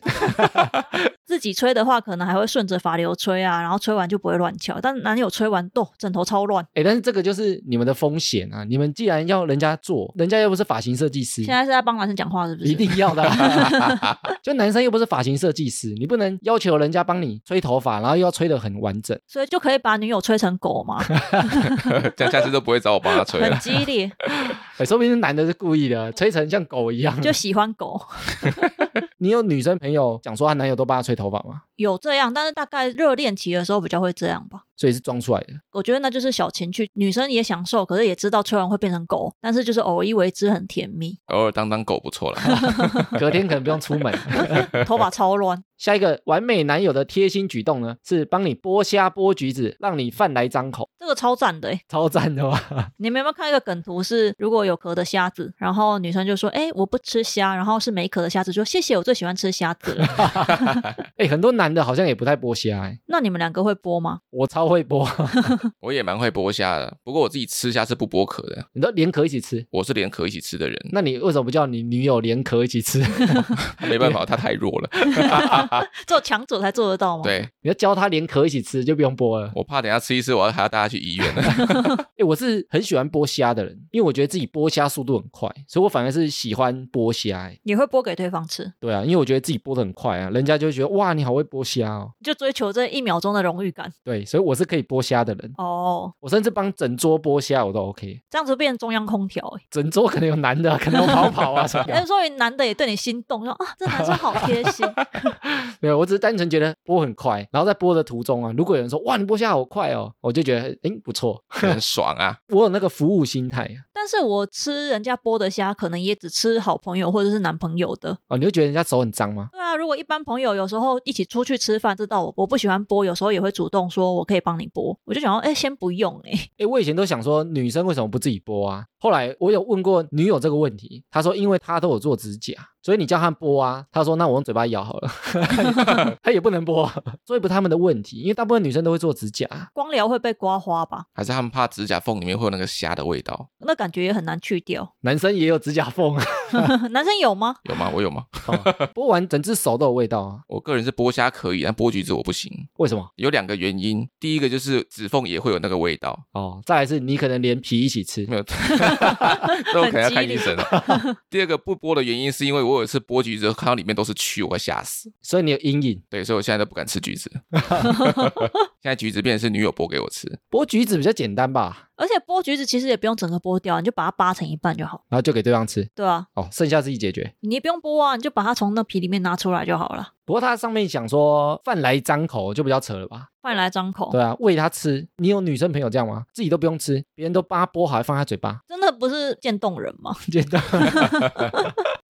自己吹的话，可能还会顺着发流吹啊，然后吹完就不会乱翘。但男友吹完，哦，枕头超乱。哎，但是这个就是你们的风险啊！你们既然要人家做，人家又不是发型设计师现，在是在帮男生讲话是不是？嗯一定要的啊、 就男生又不是发型设计师，你不能要求人家帮你吹头发，然后又要吹得很完整。所以就可以把女友吹成 狗嘛，这样下次都不会找我帮他吹啊 很了。激烈，哎，说不定是男的是故意的，吹成像狗一样。就喜欢 狗。你有女生朋友讲说她男友都帮她吹头发吗？有这样，但是大概热恋期的时候比较会这样吧。所以是装出来的。我觉得那就是小情趣，女生也享受，可是也知道吹完会变成狗，但是就是偶一为之很甜蜜。偶尔当当狗不错啦。隔天可能不用出门。 头发超乱，下一个完美男友的贴心举动呢，是帮你剥虾剥橘子，让你饭来张口，这个超赞的欸超赞的吧？你们有没有看一个梗图是，如果有壳的虾子，然后女生就说：“哎、我不吃虾。”然后是没壳的虾子就说：“谢谢，我最喜欢吃虾子了。哎，很多男的好像也不太剥虾、哎，”那你们两个会播吗？ 我超会剥，我也蛮会剥虾的，不过我自己吃虾是不剥壳的，你都连壳一起吃。我是连壳一起吃的人，那你为什么不叫你女友连壳一起吃？ 没办法，它太弱了。只有强者才做得到吗？，对你要教她连壳一起吃，就不用剥了。我怕等一下吃一吃，我要还要带它去医院呢。哎、我是很喜欢剥虾的人，因为我觉得自己剥虾速度很快，所以我反而是喜欢剥虾、哎，也会播给对方吃，对啊，因为我觉得自己剥的很快啊，人家就会觉得哇，你好会剥虾哦。就追求这一秒钟的荣誉感。对，所以我是可以剥虾的人，哦，我甚至帮整桌剥虾我都 OK。这样子变中央空调、欸。整桌可能有男的，可能有跑跑啊什么的。 哎，所以男的也对你心动，说啊，这男生好贴心。没有，我只是单纯觉得播很快，然后在播的途中啊，如果有人说哇你播下好快哦，我就觉得哎不错， 很爽啊！我有那个服务心态啊但是我吃人家剥的虾，可能也只吃好朋友或者是男朋友的。哦，你会觉得人家手很脏吗？对啊，如果一般朋友有时候一起出去吃饭，这道我我不喜欢剥，有时候也会主动说我可以帮你剥，我就想说，哎、先不用哎、哎，我以前都想说女生为什么不自己播啊？后来我有问过女友这个问题，她说因为她都有做指甲，所以你叫她播啊，她说那我用嘴巴咬好了， 她也不能播，啊所以不是他们的问题，因为大部分女生都会做指甲， 啊光疗会被刮花吧？还是他们怕指甲缝里面会有那个虾的味道，那感觉也很难去掉。 男生也有指甲缝，啊男生有吗？有吗？我有吗？ 播完整只手都有味道啊，我个人是剥虾可以，但剥橘子我不行。为什么？有两个原因，第一个就是指缝也会有那个味 道，哦，再来是你可能连皮一起吃，没有，那我可能要看医生了。第二个不剥的原因是因为我有一次剥橘子，看到里面都是蛆，我会吓死。所以你有阴影。对，所以我现在都不敢吃橘子。现在橘子变成是女友剥给我吃，剥橘子比较简单吧，而且剥橘子其实也不用整个剥掉，你就把它扒成一半就好，然后就给对方吃，对啊，哦，剩下自己解决。你也不用剥啊，你就把它从那皮里面拿出来就好了，不过他上面想说饭来张口就比较扯了吧？饭来张口。对啊，喂他吃。你有女生朋友这样吗？自己都不用吃，别人都帮他剥好，还放他嘴巴，真的不是渐冻人吗？ 简单。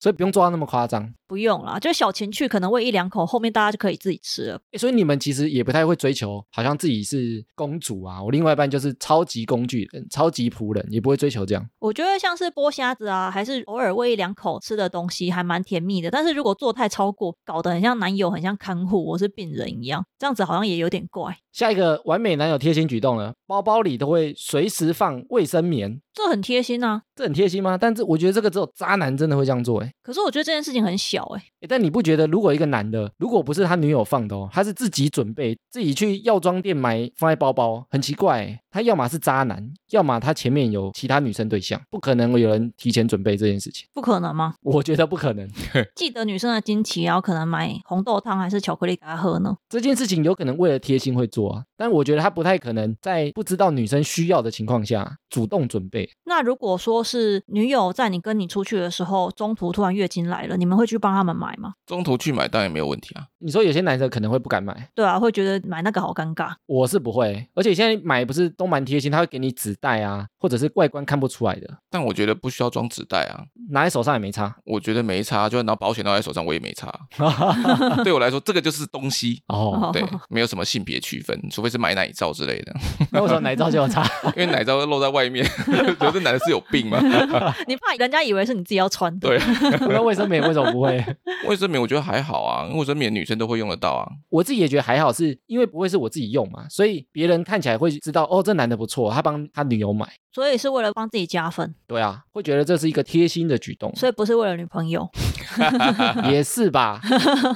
所以不用做到那么夸张。不不用啦，就小情趣可能喂一两口，后面大家就可以自己吃了。欸所以你们其实也不太会追求，好像自己是公主啊。我另外一半就是超级工具人、超级仆人，也不会追求这样。我觉得像是剥虾子啊，还是偶尔喂一两口吃的东西，还蛮甜蜜的。但是如果做太超过，搞得很像男友，很像看护，我是病人一样，这样子好像也有点怪。下一个完美男友贴心举动呢，包包里都会随时放卫生棉，这很贴心啊，这很贴心吗？但是我觉得这个只有渣男真的会这样做、欸，哎、可是我觉得这件事情很小哎、但你不觉得如果一个男的如果不是他女友放的哦，他是自己准备，自己去药妆店买放在包包，很奇怪、欸，他要么是渣男，要么他前面有其他女生对象，不可能有人提前准备这件事情，不可能吗？我觉得不可能。记得女生的惊奇，然后可能买红豆汤还是巧克力给她喝呢？这件事情有可能为了贴心会做啊，但我觉得他不太可能在不知道女生需要的情况下主动准备。那如果说是女友在你跟你出去的时候，中途突然月经来了，你们会去帮他们买吗？中途去买当然没有问题啊。你说有些男生可能会不敢买，对啊，会觉得买那个好尴尬。我是不会，而且现在买不是都蛮贴心，他会给你纸袋啊，或者是外观看不出来的，但我觉得不需要装纸袋啊，拿在手上也没差。我觉得没差，就算拿保险套在手上我也没差。对我来说，这个就是东西。哦，对，没有什么性别区分，除非是买奶罩之类的，那为什么奶罩就有差？因为奶罩会露在外面， 觉得这男的是有病吗？你怕人家以为是你自己要穿的。对， 不用卫生棉为什么不会？ 卫生棉我觉得还好啊，因为卫生棉女生都会用得到啊。我自己也觉得还好是，因为不会是我自己用嘛，所以别人看起来会知道哦，这男的不错，他帮他女友买。 所以是为了帮自己加分，对啊，会觉得这是一个贴心的举动，所以不是为了女朋友。也是吧？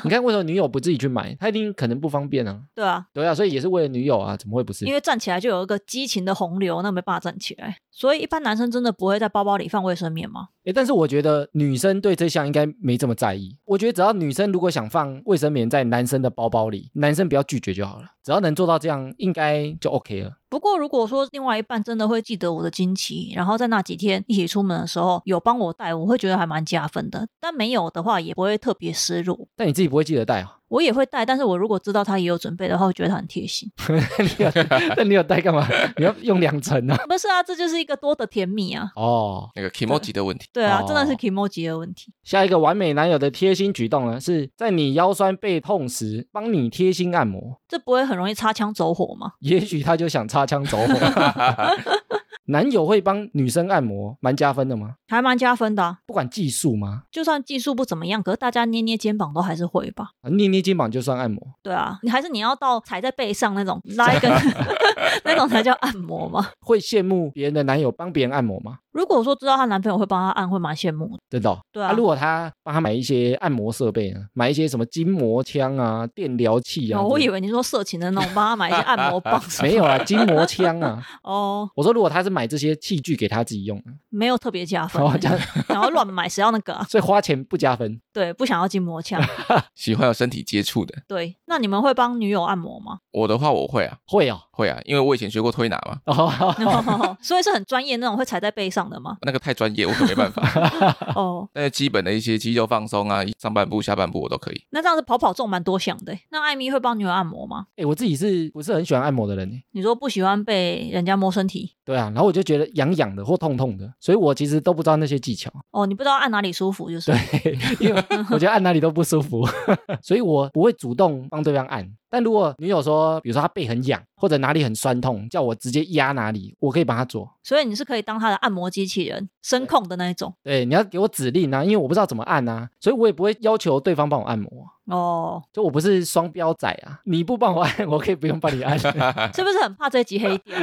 你看为什么女友不自己去买？他一定可能不方便啊。对啊，对啊，所以也是为了女友啊，怎么会不是因？为站起来就有一个激情的洪流，那没办法站起来。所以一般男生真的不会在包包里放卫生棉吗？诶，但是我觉得女生对这项应该没这么在意。我觉得只要女生如果想放卫生棉在男生的包包里，男生不要拒绝就好了。只要能做到这样，应该就 OK 了。不过，如果说另外一半真的会记得我的惊奇，然后在那几天一起出门的时候有帮我带，我会觉得还蛮加分的。但没有的话，也不会特别失落。但你自己不会记得带啊？我也会带，但是我如果知道他也有准备的话，我觉得他很贴心。 你 有那你有带干嘛？你要用两层啊？不是啊，这就是一个多的甜蜜啊。哦，那个 emoji 的问题，对啊，真的是哦 emoji 的问题。下一个完美男友的贴心举动呢，是在你腰酸背痛时帮你贴心按摩。这不会很容易擦枪走火吗？也许他就想擦枪走火。 男友会帮女生按摩，蛮加分的吗？还蛮加分的、啊。不管技术吗？就算技术不怎么样，可是大家捏捏肩膀都还是会吧？啊捏捏肩膀就算按摩，对啊，你还是你要到踩在背上那种拉 一根那种才叫按摩吗？会羡慕别人的男友帮别人按摩吗？如果说知道她男朋友会帮她按，会蛮羡慕的。真的、哦？对啊如果他帮他买一些按摩设备呢，买一些什么筋膜枪啊、电疗器啊，哦我以有为你说色情的那种，帮她买一些按摩棒什么没有啊？筋膜枪啊，哦，我说如果他是买这些器具给他自己用，没有特别加分、欸哦这样然后乱买，谁要那个、啊？所以花钱不加分。对，不想要筋膜枪。喜欢有身体接触的。对，那你们会帮女友按摩吗？我的话我会啊，会哦， 会啊，因为我以前学过推拿嘛，哦， 所以是很专业那种会踩在背上 的吗？那个太专业，我可没办法。哦，但是基本的一些肌肉放松啊，上半部、下半部我都可以。 那这样子跑跑中蛮多项的欸。那艾米会帮女友按摩吗？哎、我自己是不是很喜欢按摩的人呢？你说不喜欢被人家摸身体对啊，然后我就觉得痒痒的或痛痛的，所以我其实都不知道那些技巧，哦，你不知道按哪里舒服就是。 因为我觉得按哪里都不舒服， 所以我不会主动帮对方按。但如果女友说，比如说她背很痒或者哪里很酸痛，叫我直接压哪里，我可以帮她做。所以你是可以当他的按摩机器人，声控的那一种对，你要给我指令啊，因为我不知道怎么按啊，所以我也不会要求对方帮我按摩。 哦。就我不是双标仔啊，你不帮我按，我可以不用帮你按。是不是很怕这一集黑掉？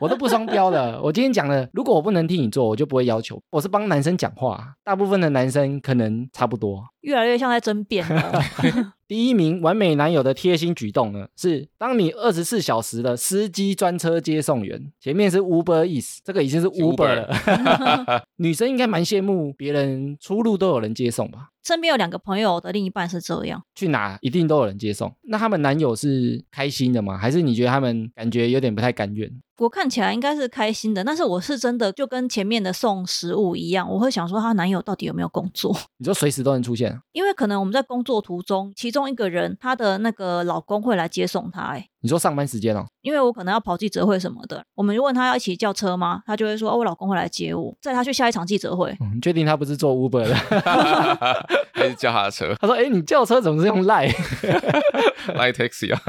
我都不双标了。我今天讲了，如果我不能替你做，我就不会要求。我是帮男生讲话，啊大部分的男生可能差不多。越来越像在争辩了。 第一名完美男友的贴心举动呢，是当你二十四小时的司机专车接送员，前面是 Uber Eats，这个已经是 Uber 了。女生应该蛮羡慕别人出入都有人接送吧？身边有两个朋友的另一半是这样，去哪一定都有人接送。那他们男友是开心的吗？还是你觉得他们感觉有点不太甘愿？我看起来应该是开心的，但是我是真的就跟前面的送食物一样，我会想说她男友到底有没有工作？你说随时都能出现，啊因为可能我们在工作途中，其中一个人她的那个老公会来接送她、欸，你说上班时间哦，因为我可能要跑记者会什么的，我们就问她要一起叫车吗？她就会说、哦、我老公会来接我，载她去下一场记者会。嗯你确定他不是坐 Uber 的？还是叫他的车他说，哎，你叫车怎么是用赖？ 来 taxi 啊？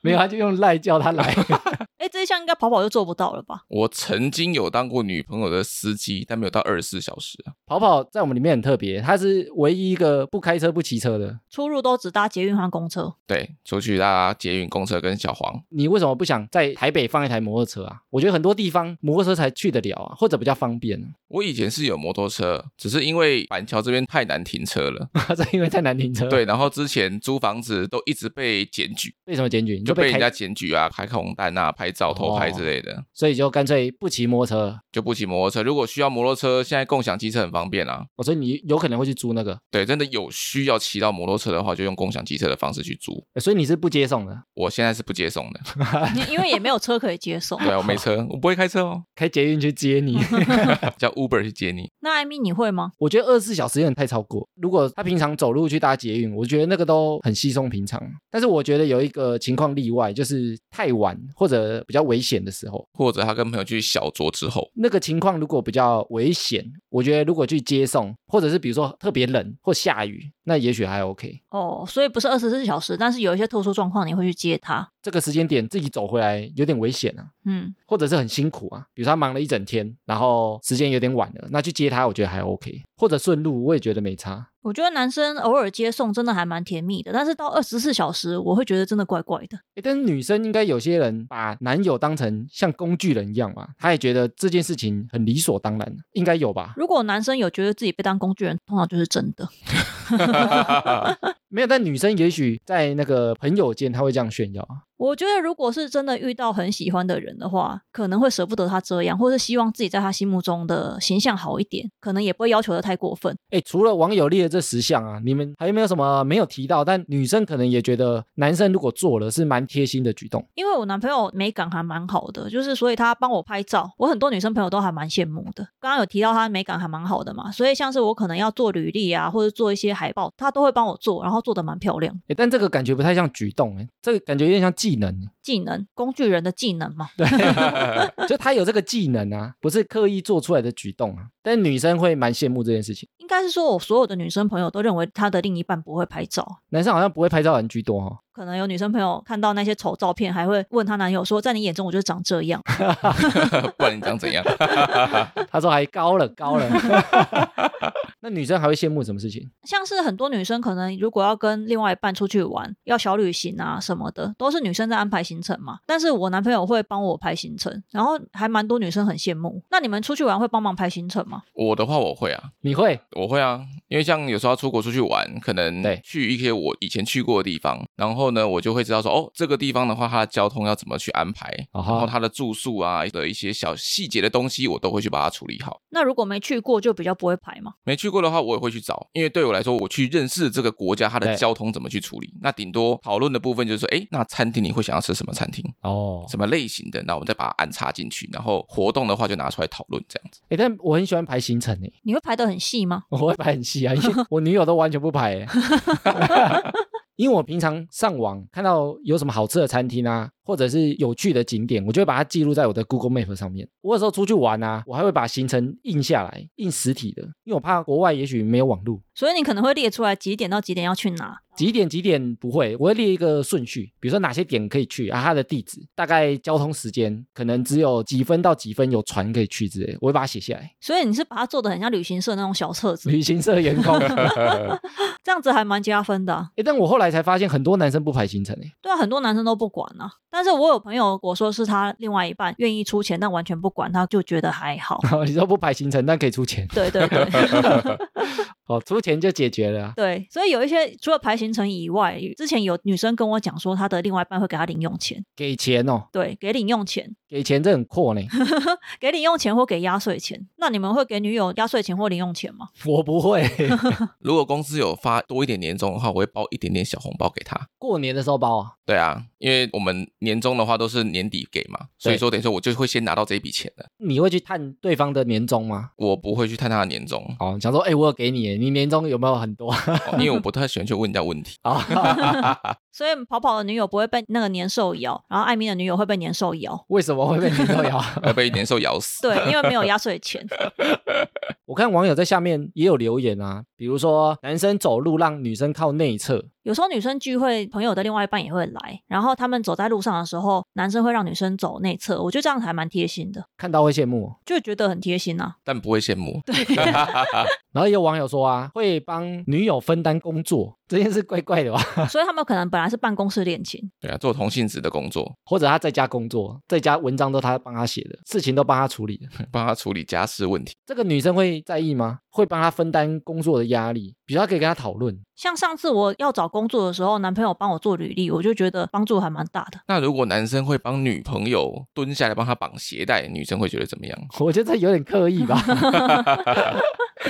没有，他就用赖叫他来。 哎、这一项应该跑跑就做不到了吧？我曾经有当过女朋友的司机，但没有到二十四小时啊。跑跑在我们里面很特别，他是唯一一个不开车不骑车的。出入都只搭捷运和公车，对，出去搭捷运、公车跟小黄，你为什么不想在台北放一台摩托车啊？我觉得很多地方摩托车才去得了啊，或者比较方便、啊。我以前是有摩托车，只是因为板桥这边太难停车了。啊 这因为太难停车，，对，然后之前租房子都一直被检举，为什么检举？你就被开人家检举啊，开红单啊，拍照偷拍之类的，所以就干脆不骑摩托车了。就不骑摩托车。如果需要摩托车，现在共享机车很方便啊。我说哦你有可能会去租那个，对，真的有需要骑到摩托车的话，就用共享机车的方式去租。呃所以你是不接送的，我现在是不接送的，因为也没有车可以接送。对啊，我没车，我不会开车哦，开捷运去接 你。叫 Uber 去接你。那艾米你会吗？我觉得二十四小时有点太超过。如果他平常走路去搭捷运，我觉得那个都很稀松平常。但是我觉得有一个情况例外，就是太晚或者比较危险的时候，或者他跟朋友去小酌之后，那个情况如果比较危险，我觉得如果去接送，或者是比如说特别冷或下雨，那也许还 OK。哦，所以不是二十四小时，但是有一些特殊状况你会去接他。这个时间点自己走回来有点危险啊，嗯，或者是很辛苦啊。比如说他忙了一整天，然后时间有点晚了，那去接他我觉得还 OK，或者顺路我也觉得没差。我觉得男生偶尔接送真的还蛮甜蜜的，但是到二十四小时，我会觉得真的怪怪的。诶但是女生应该有些人把男友当成像工具人一样吧，她也觉得这件事情很理所当然，应该有吧？如果男生有觉得自己被当工具人，通常就是真的。没有，但女生也许在那个朋友间她会这样炫耀啊。我觉得如果是真的遇到很喜欢的人的话，可能会舍不得他这样，或是希望自己在他心目中的形象好一点，可能也不会要求的太过分。哎，除了网友列的这十项啊，你们还有没有什么没有提到？但女生可能也觉得男生如果做了是蛮贴心的举动。因为我男朋友美感还蛮好的，就是所以他帮我拍照，我很多女生朋友都还蛮羡慕的。刚刚有提到他美感还蛮好的嘛，所以像是我可能要做履历啊，或者做一些海报，他都会帮我做，然后做的蛮漂亮。哎，但这个感觉不太像举动，哎，这个感觉有点像技能，技能，工具人的技能嘛。就他有这个技能啊，不是刻意做出来的举动啊。但女生会蛮羡慕这件事情，应该是说我所有的女生朋友都认为他的另一半不会拍照。男生好像不会拍照的人居多哦。可能有女生朋友看到那些丑照片，还会问她男友说：“在你眼中，我就长这样。 不然你想怎样？他说还高了，高了。 那女生还会羡慕什么事情？”像是很多女生可能如果要跟另外一半出去玩，要小旅行啊什么的，都是女生在安排行程嘛。但是我男朋友会帮我排行程，然后还蛮多女生很羡慕。那你们出去玩会帮忙排行程吗？我的话，我会啊，你会我会啊，因为像有时候要出国出去玩，可能对去一些我以前去过的地方，然后呢，我就会知道说，哦，这个地方的话，它的交通要怎么去安排，啊然后它的住宿啊的一些小细节的东西，我都会去把它处理好。那如果没去过，就比较不会排嘛。没去过的话，我也会去找，因为对我来说，我去认识这个国家它的对交通怎么去处理。那顶多讨论的部分就是说，哎，那餐厅你会想要吃什么餐厅，哦，什么类型的，那我们再把它安插进去，然后活动的话就拿出来讨论这样子。哎，但我很喜欢排行程诶，你会排得很细吗？我会排很细啊，因为我女友都完全不排诶。因为我平常上网看到有什么好吃的餐厅啊，或者是有趣的景点，我就会把它记录在我的 Google Map 上面。我有时候出去玩啊，我还会把行程印下来，印实体的，因为我怕国外也许没有网络。所以你可能会列出来几点到几点要去哪。几点几点不会，我会列一个顺序，比如说哪些点可以去啊，它的地址，大概交通时间，可能只有几分到几分有船可以去之类的，我会把它写下来。所以你是把它做的很像旅行社那种小册子，旅行社员工，哎、这样子还蛮加分的啊、但我后来才发现很多男生不排行程哎、。对啊，很多男生都不管啊。但是我有朋友，我说是他另外一半愿意出钱，但完全不管，他就觉得还好 你说不排行程，但可以出钱对对对，哦，出钱就解决了啊、 对，所以有一些除了排行程以外，之前有女生跟我讲说，她的另外一半会给她零用钱，给钱哦，对，给零用钱，给钱这很阔呢。给零用钱或给压岁钱。那你们会给女友压岁钱或零用钱吗？我不会， 如果公司有发多一点年终的话，我会包一点点小红包给他。过年的时候包啊。对啊，因为我们年终的话都是年底给嘛，所以对说等于说我就会先拿到这一笔钱了，你会去探对方的年终吗？，我不会去探他的年终 哦，想说，哎、我有给你耶，你年终有没有很多？ 哦因为我不太喜欢去问人家问题。啊，所以跑跑的女友不会被那个年兽咬，然后艾米的女友会被年兽 咬。为什么会被年终摇？会被年兽咬死。对，因为没有压岁钱。我看网友在下面也有留言啊，比如说男生走路让女生靠内侧，有时候女生聚会，朋友的另外一半也会来，然后他们走在路上的时候，男生会让女生走内侧，我觉得这样还蛮贴心的，看到会羡慕哦、就觉得很贴 心啊。但不会羡慕。然后也有网友说啊，会帮女友分担工作这件事怪怪的吧？哦所以他们可能本来是办公室恋情，对啊，做同性质的工作， 或者他在家工作，在家文章都他帮他写的，事情都帮他处理的，嗯帮他处理家事问题。这个女生会在意吗？会帮他分担工作的压力，比如她可以跟他讨论， 像上次我要找工作的时候，男朋友帮我做履历，我就觉得帮助还蛮大的。那如果男生会帮女朋友蹲下来帮她绑鞋带，女生会觉得怎么样？我觉得这有点刻意吧，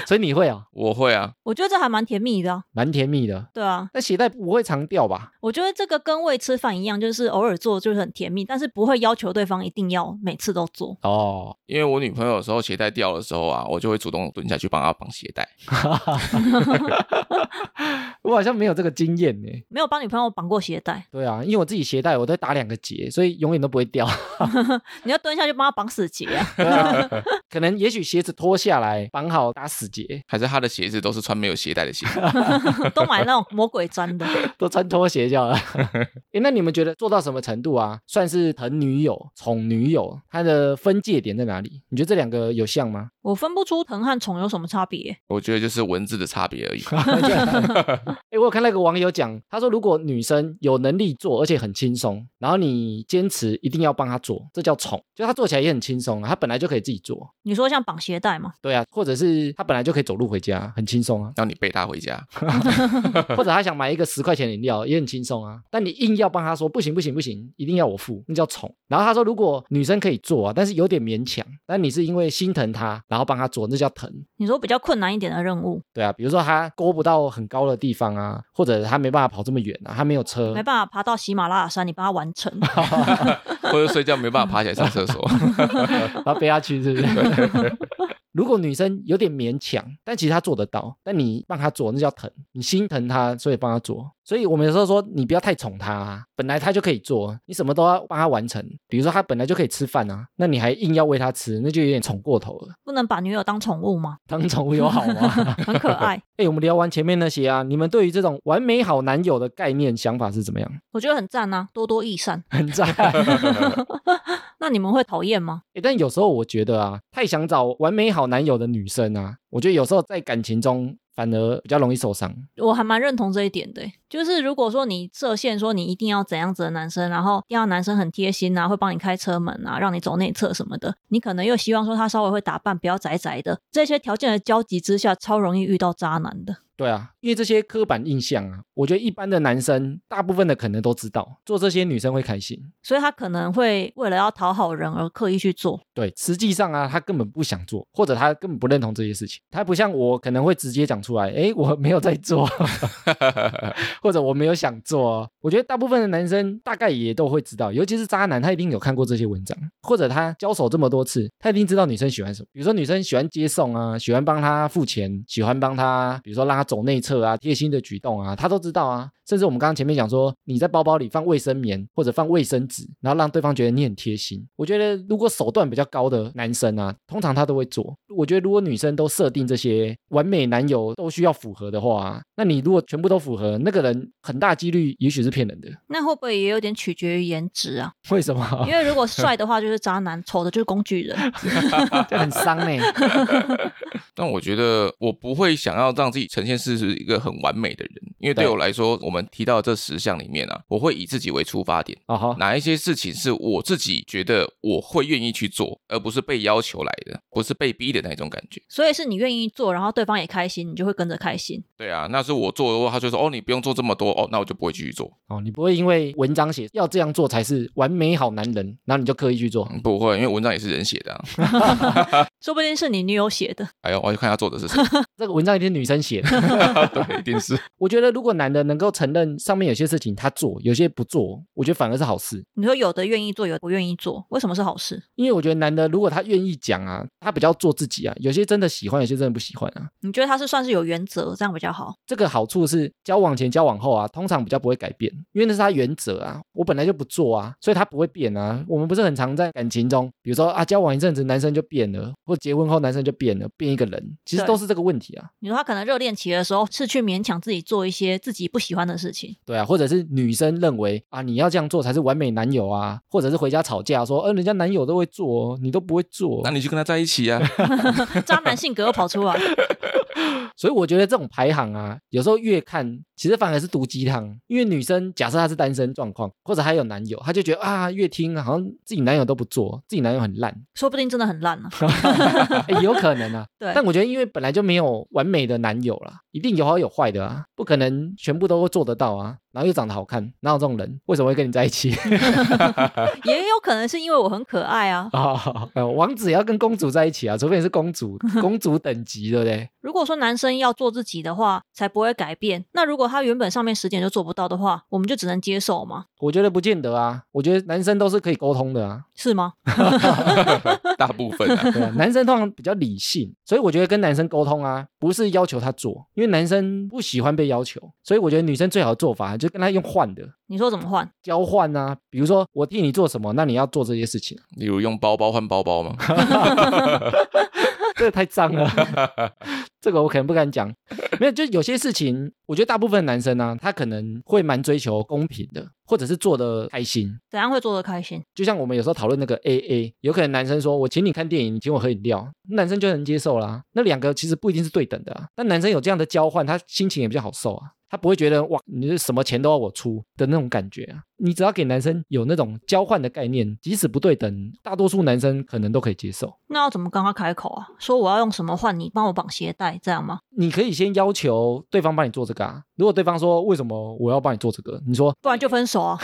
所以你会啊，我会啊，我觉得这还蛮甜蜜的啊、蛮甜蜜的。对啊，那鞋带不会常掉吧？我觉得这个跟喂吃饭一样，就是偶尔做就是很甜蜜，但是不会要求对方一定要每次都做。哦，因为我女朋友有时候鞋带掉的时候啊，我就会主动蹲下去帮她绑鞋带。我好像没有这个经验呢。没有帮女朋友绑过鞋带， 对啊，因为我自己鞋带我都会打两个结，所以永远都不会掉。你要蹲下去帮她绑死结啊！ 对啊 可能也许鞋子脱下来绑好打死结，还是她的鞋子都是穿没有鞋带的鞋子，都买那种魔鬼粘的，都穿拖鞋叫 了。诶那你们觉得做到什么程度啊，算是疼女友、宠女友，它的分界点在哪里？你觉得这两个有像吗？我分不出疼和宠有什么差别。我觉得就是文字的差别而已。。哎，我有看那个网友讲，他说如果女生有能力做，而且很轻松，然后你坚持一定要帮她做，这叫宠，就她做起来也很轻松啊，她本来就可以自己做。你说像绑鞋带嘛？对啊，或者是她本来就可以走路回家，很轻松啊让你背她回家，或者她想买一个十块钱的饮料，也很轻松啊。但你硬要帮她说不行不行不行，一定要我付，那叫宠。然后她说，如果女生可以做啊，但是有点勉强，但你是因为心疼她，然后帮她做，那叫疼。你说比较困难一点的任务，对啊，比如说她勾不到很高的地方啊，或者她没办法跑这么远啊，她没有车，没办法爬到喜马拉雅山，你帮她完成，或者睡觉没办法爬起来上厕所， 然后背下去，是不是？ 如果女生有点勉强，但其实她做得到，但你帮她做，那叫疼，你心疼她，所以帮她做。所以我们有时候说，你不要太宠她、啊，本来她就可以做，你什么都要帮她完成。比如说，她本来就可以吃饭啊，那你还硬要喂她吃，那就有点宠过头了。不能把女友当宠物吗？当宠 物有好吗？很可爱，哎、我们聊完前面那些啊，你们对于这种完美好男友的概念想法是怎么样？ 我觉得很赞啊，多多益善。 很赞。那你们会讨厌吗？欸，但有时候我觉得啊，太想找完美好男友的女生啊，我觉得有时候在感情中反而比较容易受伤。我还蛮认同这一点的欸，就是如果说你设限说你一定要怎样子的男生，然后一定要男生很贴心啊，会帮你开车门啊，让你走内侧什么的，你可能又希望说他稍微会打扮，不要宅宅的，这些条件的交集之下，超容易遇到渣男的。对啊，因为这些刻板印象啊，我觉得一般的男生大部分的可能都知道，做这些女生会开心。所以他可能会为了要讨好人而刻意去做，对，实际上啊，他根本不想做，或者他根本不认同这些事情。他不像我，可能会直接讲出来，诶，我没有在做，或者我没有想做哦。我觉得大部分的男生大概也都会知道，尤其是渣男，他一定有看过这些文章，或者他交手这么多次，他一定知道女生喜欢什么。比如说女生喜欢接送啊，喜欢帮他付钱，喜欢帮他，啊比如说让他走内侧啊，贴心的举动啊，他都知道啊。甚至我们刚刚前面讲说，你在包包里放卫生棉或者放卫生纸，然后让对方觉得你很贴心。我觉得如果手段比较高的男生啊，通常他都会做。我觉得如果女生都设定这些完美男友都需要符合的话，啊那你如果全部都符合，那个人很大几率也许是骗人的。那会不会也有点取决于颜值啊？为什么 因？为如果帅的话就是渣男，丑的就是工具人。这很伤呢、但我觉得我不会想要让自己呈现是一个很完美的人，因为对对我来说，我们提到的这十项里面啊，我会以自己为出发点，哦吼，哪一些事情是我自己觉得我会愿意去做，而不是被要求来的，不是被逼的那种感觉。所以是你愿意做，然后对方也开心，你就会跟着开心。对啊，那是我做的话，他就说哦，你不用做这么多哦，那我就不会继续做。哦，你不会因为文章写要这样做才是完美好男人，然后你就刻意去做。嗯，不会，因为文章也是人写的、啊。说不定是你女友写的，哎呦，我要去看他做的是什么。这个文章一定是女生写的。 对，一定是。我觉得如果男的能够承认上面有些事情他做，有些不做，我觉得反而是好事。你说有的愿意做，有的不愿意做，为什么是好事？因为我觉得男的如果他愿意讲啊，他比较做自己啊，有些真的喜欢，有些真的不喜欢啊。你觉得他是算是有原则，这样比较好？这个好处是交往前、交往后啊，通常比较不会改变，因为那是他原则啊。我本来就不做啊，所以他不会变啊。我们不是很常在感情中，比如说啊，交往一阵子男生就变了，或结婚后男生就变了，变一个人，其实对都是这个问题啊。你说他可能热恋期的时候是去勉强自己做一些自己不喜欢的事情，对啊，或者是女生认为啊，你要这样做才是完美男友啊，或者是回家吵架说，呃，人家男友都会做哦，你都不会做哦那。你去跟他在一起啊。渣男性格又跑出来。所以我觉得这种排行啊，有时候越看，其实反而是毒鸡汤。因为女生假设她是单身状况，或者还有男友，她就觉得啊，越听好像自己男友都不做，自己男友很烂，说不定真的很烂呢、啊。哎有可能啊。对 但我觉得因为本来就没有完美的男友啦，一定有好有坏的啊，不可能全部都做得到啊。然后又长得好看，哪有这种人？为什么会跟你在一起也有可能是因为我很可爱啊。啊、呃王子也要跟公主在一起啊，除非你是公主，公主等级，对不对？如果说男生要做自己的话，才不会改变。那如果他原本上面十点就做不到的话，我们就只能接受嘛，我觉得不见得啊，我觉得男生都是可以沟通的啊。是吗？大部分啊，对啊，男生通常比较理性，所以我觉得跟男生沟通啊，不是要求他做，因为男生不喜欢被要求，所以我觉得女生最好的做法就是跟他用换的。你说怎么换？交换啊，比如说我替你做什么，那你要做这些事情，啊例如用包包换包包嘛。这个太脏了，这个我可能不敢讲。没有，就有些事情，我觉得大部分的男生呢、他可能会蛮追求公平的，或者是做的开心。怎样会做得开心？就像我们有时候讨论那个 A A，有可能男生说我请你看电影，你请我喝饮料，男生就能接受啦。那两个其实不一定是对等的、啊，但男生有这样的交换，他心情也比较好受啊。他不会觉得哇，你是什么钱都要我出的那种感觉啊。你只要给男生有那种交换的概念，即使不对等，大多数男生可能都可以接受。那要怎么跟他开口啊？说我要用什么换你帮我绑鞋带，这样吗？你可以先要求对方帮你做这个啊。如果对方说为什么我要帮你做这个，你说不然就分手啊！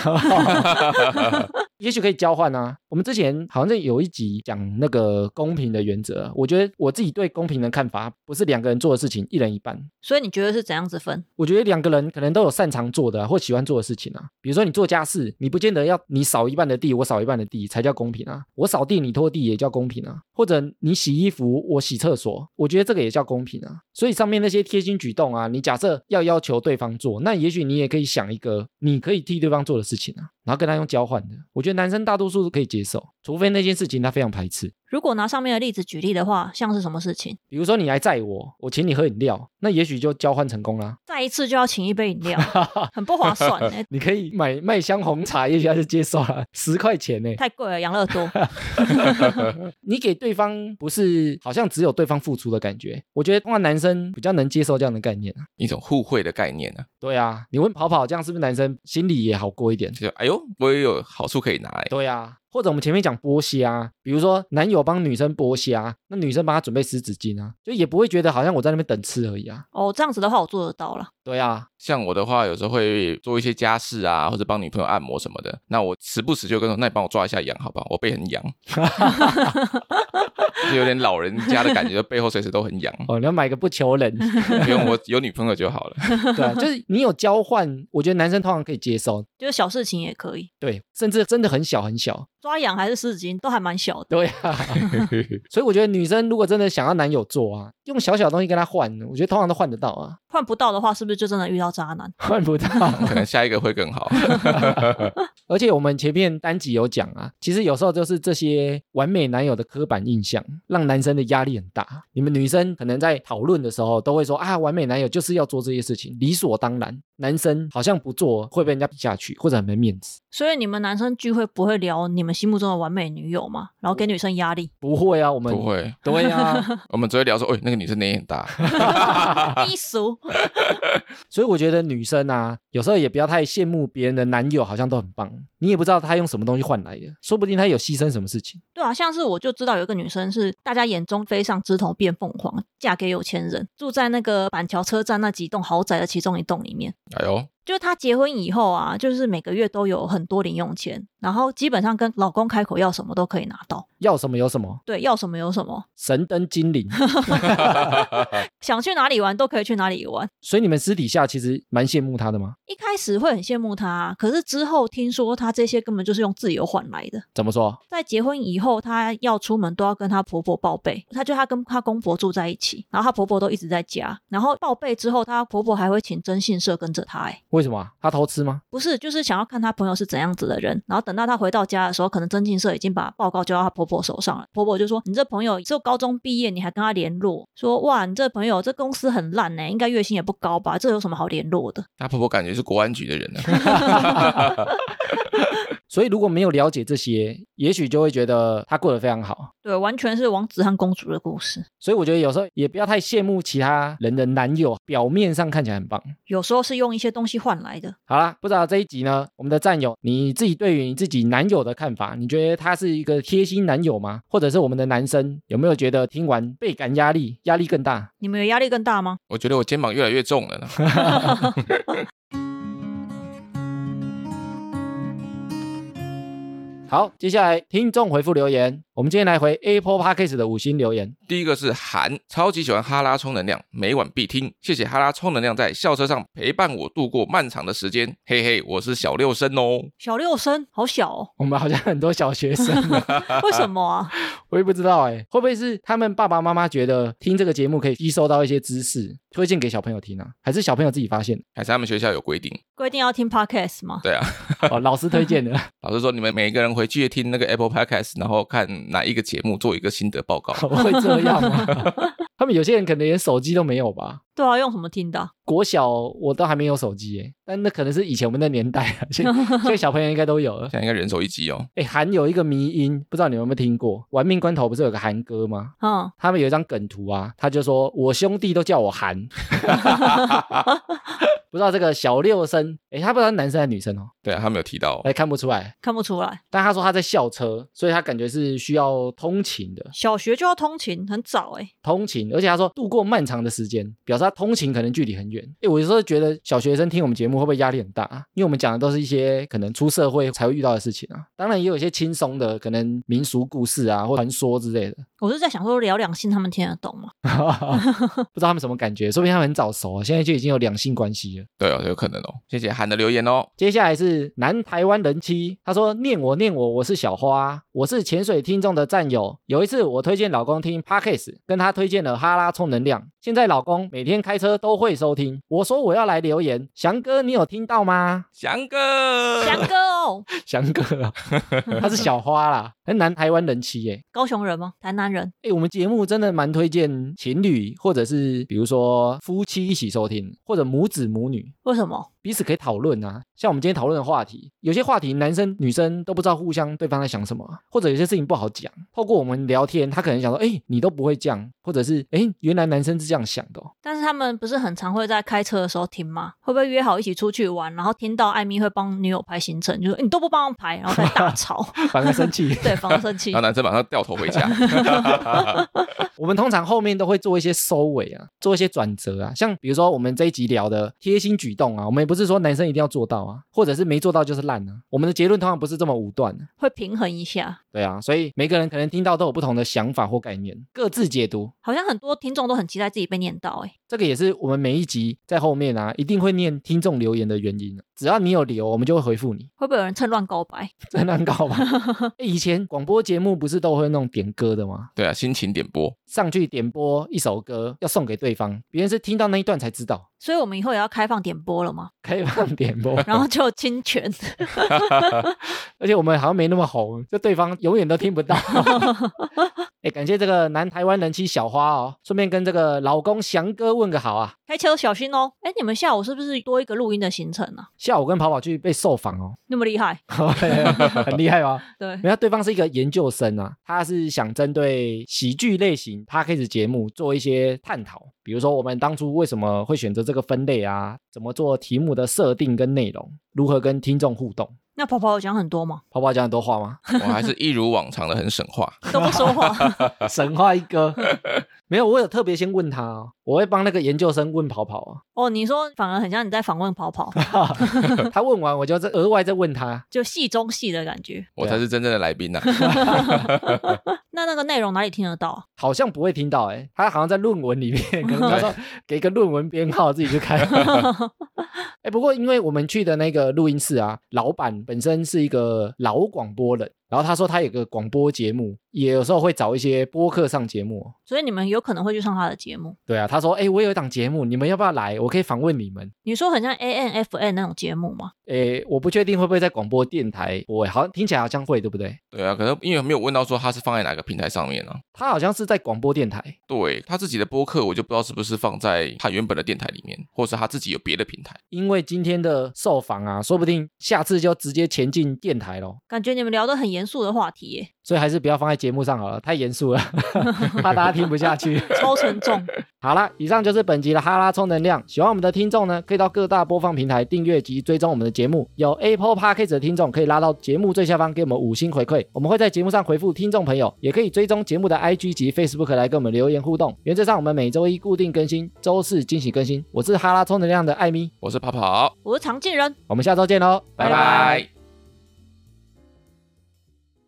也许可以交换啊。我们之前好像有一集讲那个公平的原则，我觉得我自己对公平的看法不是两个人做的事情一人一半。所以你觉得是怎样子分？我觉得两个人可能都有擅长做的啊、或喜欢做的事情啊。比如说你做家事，你不见得要你扫一半的地，我扫一半的地才叫公平啊。我扫地，你拖地也叫公平啊。或者你洗衣服，我洗厕所，我觉得这个也叫公平啊。所以上面那些贴心举动啊，你假设要要求对方做，那也许你也可以想一个你可以替对方做的事情啊，然后跟他用交换的。我觉得男生大多数都可以接受，除非那件事情他非常排斥。如果拿上面的例子举例的话，像是什么事情？比如说你来载我，我请你喝饮料，那也许就交换成功啦。再一次就要请一杯饮料，很不划算、欸，你可以买麦香红茶，也许他就接受了，十块钱呢。太贵了，养乐多。你给对方不是好像只有对方付出的感觉，我觉得通常男生比较能接受这样的概念啊。一种互惠的概念呢、对啊，你问跑跑这样是不是男生心里也好过一点啊，？就哎呦，我也有好处可以拿哎、对啊，或者我们前面讲剥虾，比如说男友帮女生剥虾，那女生帮他准备湿纸巾啊，就也不会觉得好像我在那边等吃而已啊。哦，这样子的话我做得到了。对啊，像我的话，有时候会做一些家事啊，或者帮女朋友按摩什么的。那我时不时就跟她说，那你帮我抓一下痒，好不好？我背很痒，就有点老人家的感觉，就背后随时都很痒。哦，你要买个不求人，不用我有女朋友就好了。对啊，就是你有交换，我觉得男生通常可以接受，就是小事情也可以，对，甚至真的很小很小，抓痒还是湿纸巾都还蛮小的。对啊，所以我觉得女生如果真的想要男友做啊，用小小的东西跟他换，我觉得通常都换得到啊，换不到的话，是不是就真的遇到渣男？ 换不到。可能下一个会更好。 而且我们前面单集有讲啊，其实有时候就是这些完美男友的刻板印象，让男生的压力很大。你们女生可能在讨论的时候都会说啊，完美男友就是要做这些事情，理所当然。男生好像不做会被人家比下去，或者很没面子。，所以你们男生聚会不会聊你们心目中的完美女友吗？然后给女生压力不会啊，我们不。会，对啊，我们只会聊说，哎、那个女生脸很大，低俗。所以我觉得女生啊，有时候也不要太羡慕别人的男友，好像都很棒，你也不知道他用什么东西换来的，说不定他有牺牲什么事情。对啊，像是我就知道有一个女生是大家眼中飞上枝头变凤凰，嫁给有钱人，住在那个板桥车站那几栋豪宅的其中一栋里面。哎呦，就是她结婚以后啊，就是每个月都有很多零用钱，然后基本上跟老公开口要什么都可以拿到，要什么有什么，对，要什么有什么，神灯精灵。想去哪里玩都可以去哪里玩。所以你们私底下其实蛮羡慕他的吗？一开始会很羡慕她，啊可是之后听说她这些根本就是用自由换来的。怎么说？在结婚以后，她要出门都要跟她婆婆报备，她就她跟她公婆住在一起，然后她婆婆都一直在家，然后报备之后，她婆婆还会请征信社跟着她、欸，为什么啊他偷吃吗？不是，就是想要看她朋友是怎样子的人，然后等到她回到家的时候，可能征信社已经把报告交到她婆婆手上了，婆婆就说：“你这朋友只有高中毕业，你还跟她联络，说哇，你这朋友这公司很烂呢、欸应该月薪也不高吧，这有什么好联络的她婆婆感觉是国安局的人呢、所以如果没有了解这些，也许就会觉得他过得非常好。？”对，完全是王子和公主的故事。所以我觉得有时候也不要太羡慕其他人的男友，表面上看起来很棒。有时候是用一些东西换来的。好啦，不知道这一集呢，我们的战友你自己对于你自己男友的看法，你觉得他是一个贴心男友吗？或者是我们的男生有没有觉得听完倍感压力，压力更大？你们有压力更大吗？我觉得我肩膀越来越重了呢。好，接下来听众回复留言，我们今天来回 Apple Podcast 的五星留言。，第一个是韩，超级喜欢哈拉充能量，每晚必听。谢谢哈拉充能量在校车上陪伴我度过漫长的时间，嘿嘿，我是小六生哦。小六声好小哦我们好像很多小学生哦， 为什么啊？我也不知道哎、会不会是他们爸爸妈妈觉得听这个节目可以吸收到一些知识，推荐给小朋友听啊？还是小朋友自己发现？还是他们学校有规定？规定要听 podcast 吗？对啊， 哦，老师推荐的，老师说你们每一个人回去听那个 Apple Podcast，然后看哪一个节目做一个心得报告。会这样吗？他们有些人可能连手机都没有吧？对啊，用什么听的啊？国小我都还没有手机耶，但那可能是以前我们的年代啊， 现现在小朋友应该都有 了。现在应该人手一机哦。哎，韩有一个迷音，不知道你们有没有听过？《玩命关头》不是有个韩哥吗？嗯，他们有一张梗图啊，他就说我兄弟都叫我韩，不知道这个小六生，哎，他不知道是男生还是女生哦，对啊，他们有提到、哎，看不出来。看不出来。但他说他在校车，所以他感觉是需要通勤的，小学就要通勤，很早哎、通勤，而且他说度过漫长的时间，表示他通勤可能距离很远。诶，我有时候觉得小学生听我们节目会不会压力很大、啊？因为我们讲的都是一些可能出社会才会遇到的事情啊。当然也有一些轻松的，可能民俗故事啊或传说之类的， 我是在想说，聊两性他们听得懂吗？不知道他们什么感觉，说不定他们很早熟啊，现在就已经有两性关系了。对哦，有可能哦。谢谢韩的留言哦。接下来是南台湾人妻，他说：“念我念我，我是小花，我是潜水听众的战友。有一次我推荐老公听 Podcast，跟他推荐了哈拉充能量。现在老公每天开车都会收听。我说我要来留言，翔哥你有听到吗？翔哥，翔哥哦，翔哥啊，他是小花啦，那南台湾人妻耶、高雄人吗？台南人？哎，我们节目真的蛮推荐情侣，或者是比如说夫妻一起收听，或者母子母女，为什么？彼此可以讨论啊。像我们今天讨论的话题，有些话题男生女生都不知道互相对方在想什么啊，或者有些事情不好讲。透过我们聊天，他可能想说，哎，你都不会这样，或者是哎，原来男生是这样想的、哦。但是他们不是很常会在开车的时候听吗？会不会约好一起出去玩，然后听到艾米会帮女友排行程，就说欸你都不帮我排，然后再大吵，。反而生气 对，防生气然后。男生马上掉头回家。 我们通常后面都会做一些收尾啊，做一些转折啊，像比如说我们这一集聊的贴心举动啊，我们也不是说男生一定要做到啊，或者是没做到就是烂啊。我们的结论通常不是这么武断、啊。会平衡一下。对啊，所以每个人可能听到都有不同的想法或概念，各自解读。好像很多听众都很期待自己被念到、欸，哎，这个也是我们每一集在后面啊，一定会念听众留言的原因啊。只要你有留，我们就会回复你，会不会有人趁乱告白？真难搞 吧？欸以前广播节目不是都会弄点歌的吗？对啊，心情点播。上去点播一首歌，要送给对方，别人是听到那一段才知道，所以我们以后也要开放点播了吗？开放点播。 然后就侵权，而且我们好像没那么红，就对方永远都听不 到。哎、感谢这个南台湾人妻小花哦，顺便跟这个老公翔哥问个好啊。开车小心哦。哎，你们下午是不是多一个录音的行程啊？下午跟跑跑去被受访 哦， 那么厉害，很厉害吧？对，人家对方是一个研究生啊，他是想针对喜剧类型 p a c a s 节目做一些探讨，比如说我们当初为什么会选择这个分类啊，怎么做题目的设定跟内容，如何跟听众互动。那跑跑有讲很多吗？泡泡讲很多话吗？ 我还是一如往常的很省话。都不说话，神话一哥，没有，我有特别先问他、哦，我会帮那个研究生问跑跑啊，哦，你说反而很像你在访问跑跑， 他问完我就再额外再问他，就戏中戏的感觉。我才是真正的来宾啊呐、那那个内容哪里听得到啊？ 好像不会听到哎、他好像在论文里面， 可能他说给个论文编号自己去看。哎、不过因为我们去的那个录音室啊，老板本身是一个老广播人，然后他说他有个广播节目，也有时候会找一些播客上节目哦。所以你们有可能会去上他的节目。对啊，他说哎、我有一档节目，你们要不要来？我可以访问你们。你说很像 A N F N 那种节目吗？哎，我不确定会不会在广播电台播诶，好像听起来好像会，对不对？对啊，可能因为没有问到说他是放在哪个平台上面呢、啊？他好像是在广播电台，对他自己的播客，我就不知道是不是放在他原本的电台里面，或是他自己有别的平台。因为今天的受访啊，说不定下次就直接前进电台喽。感觉你们聊得很严肃的话题耶，所以还是不要放在节目上好了，太严肃了， 怕大家听不下去。超沉重。好啦，以上就是本集的哈拉充能量。喜欢我们的听众呢，可以到各大播放平台订阅及追踪我们的节目。有 Apple Podcast 的听众可以拉到节目最下方给我们五星回馈，我们会在节目上回复听众朋友，也可以追踪节目的 IG 及 Facebook 来跟我们留言互动。原则上我们每周一固定更新，周四惊喜更新。我是哈拉充能量的艾米，我是跑跑，我是常进人。我们下周见喽，哦拜拜。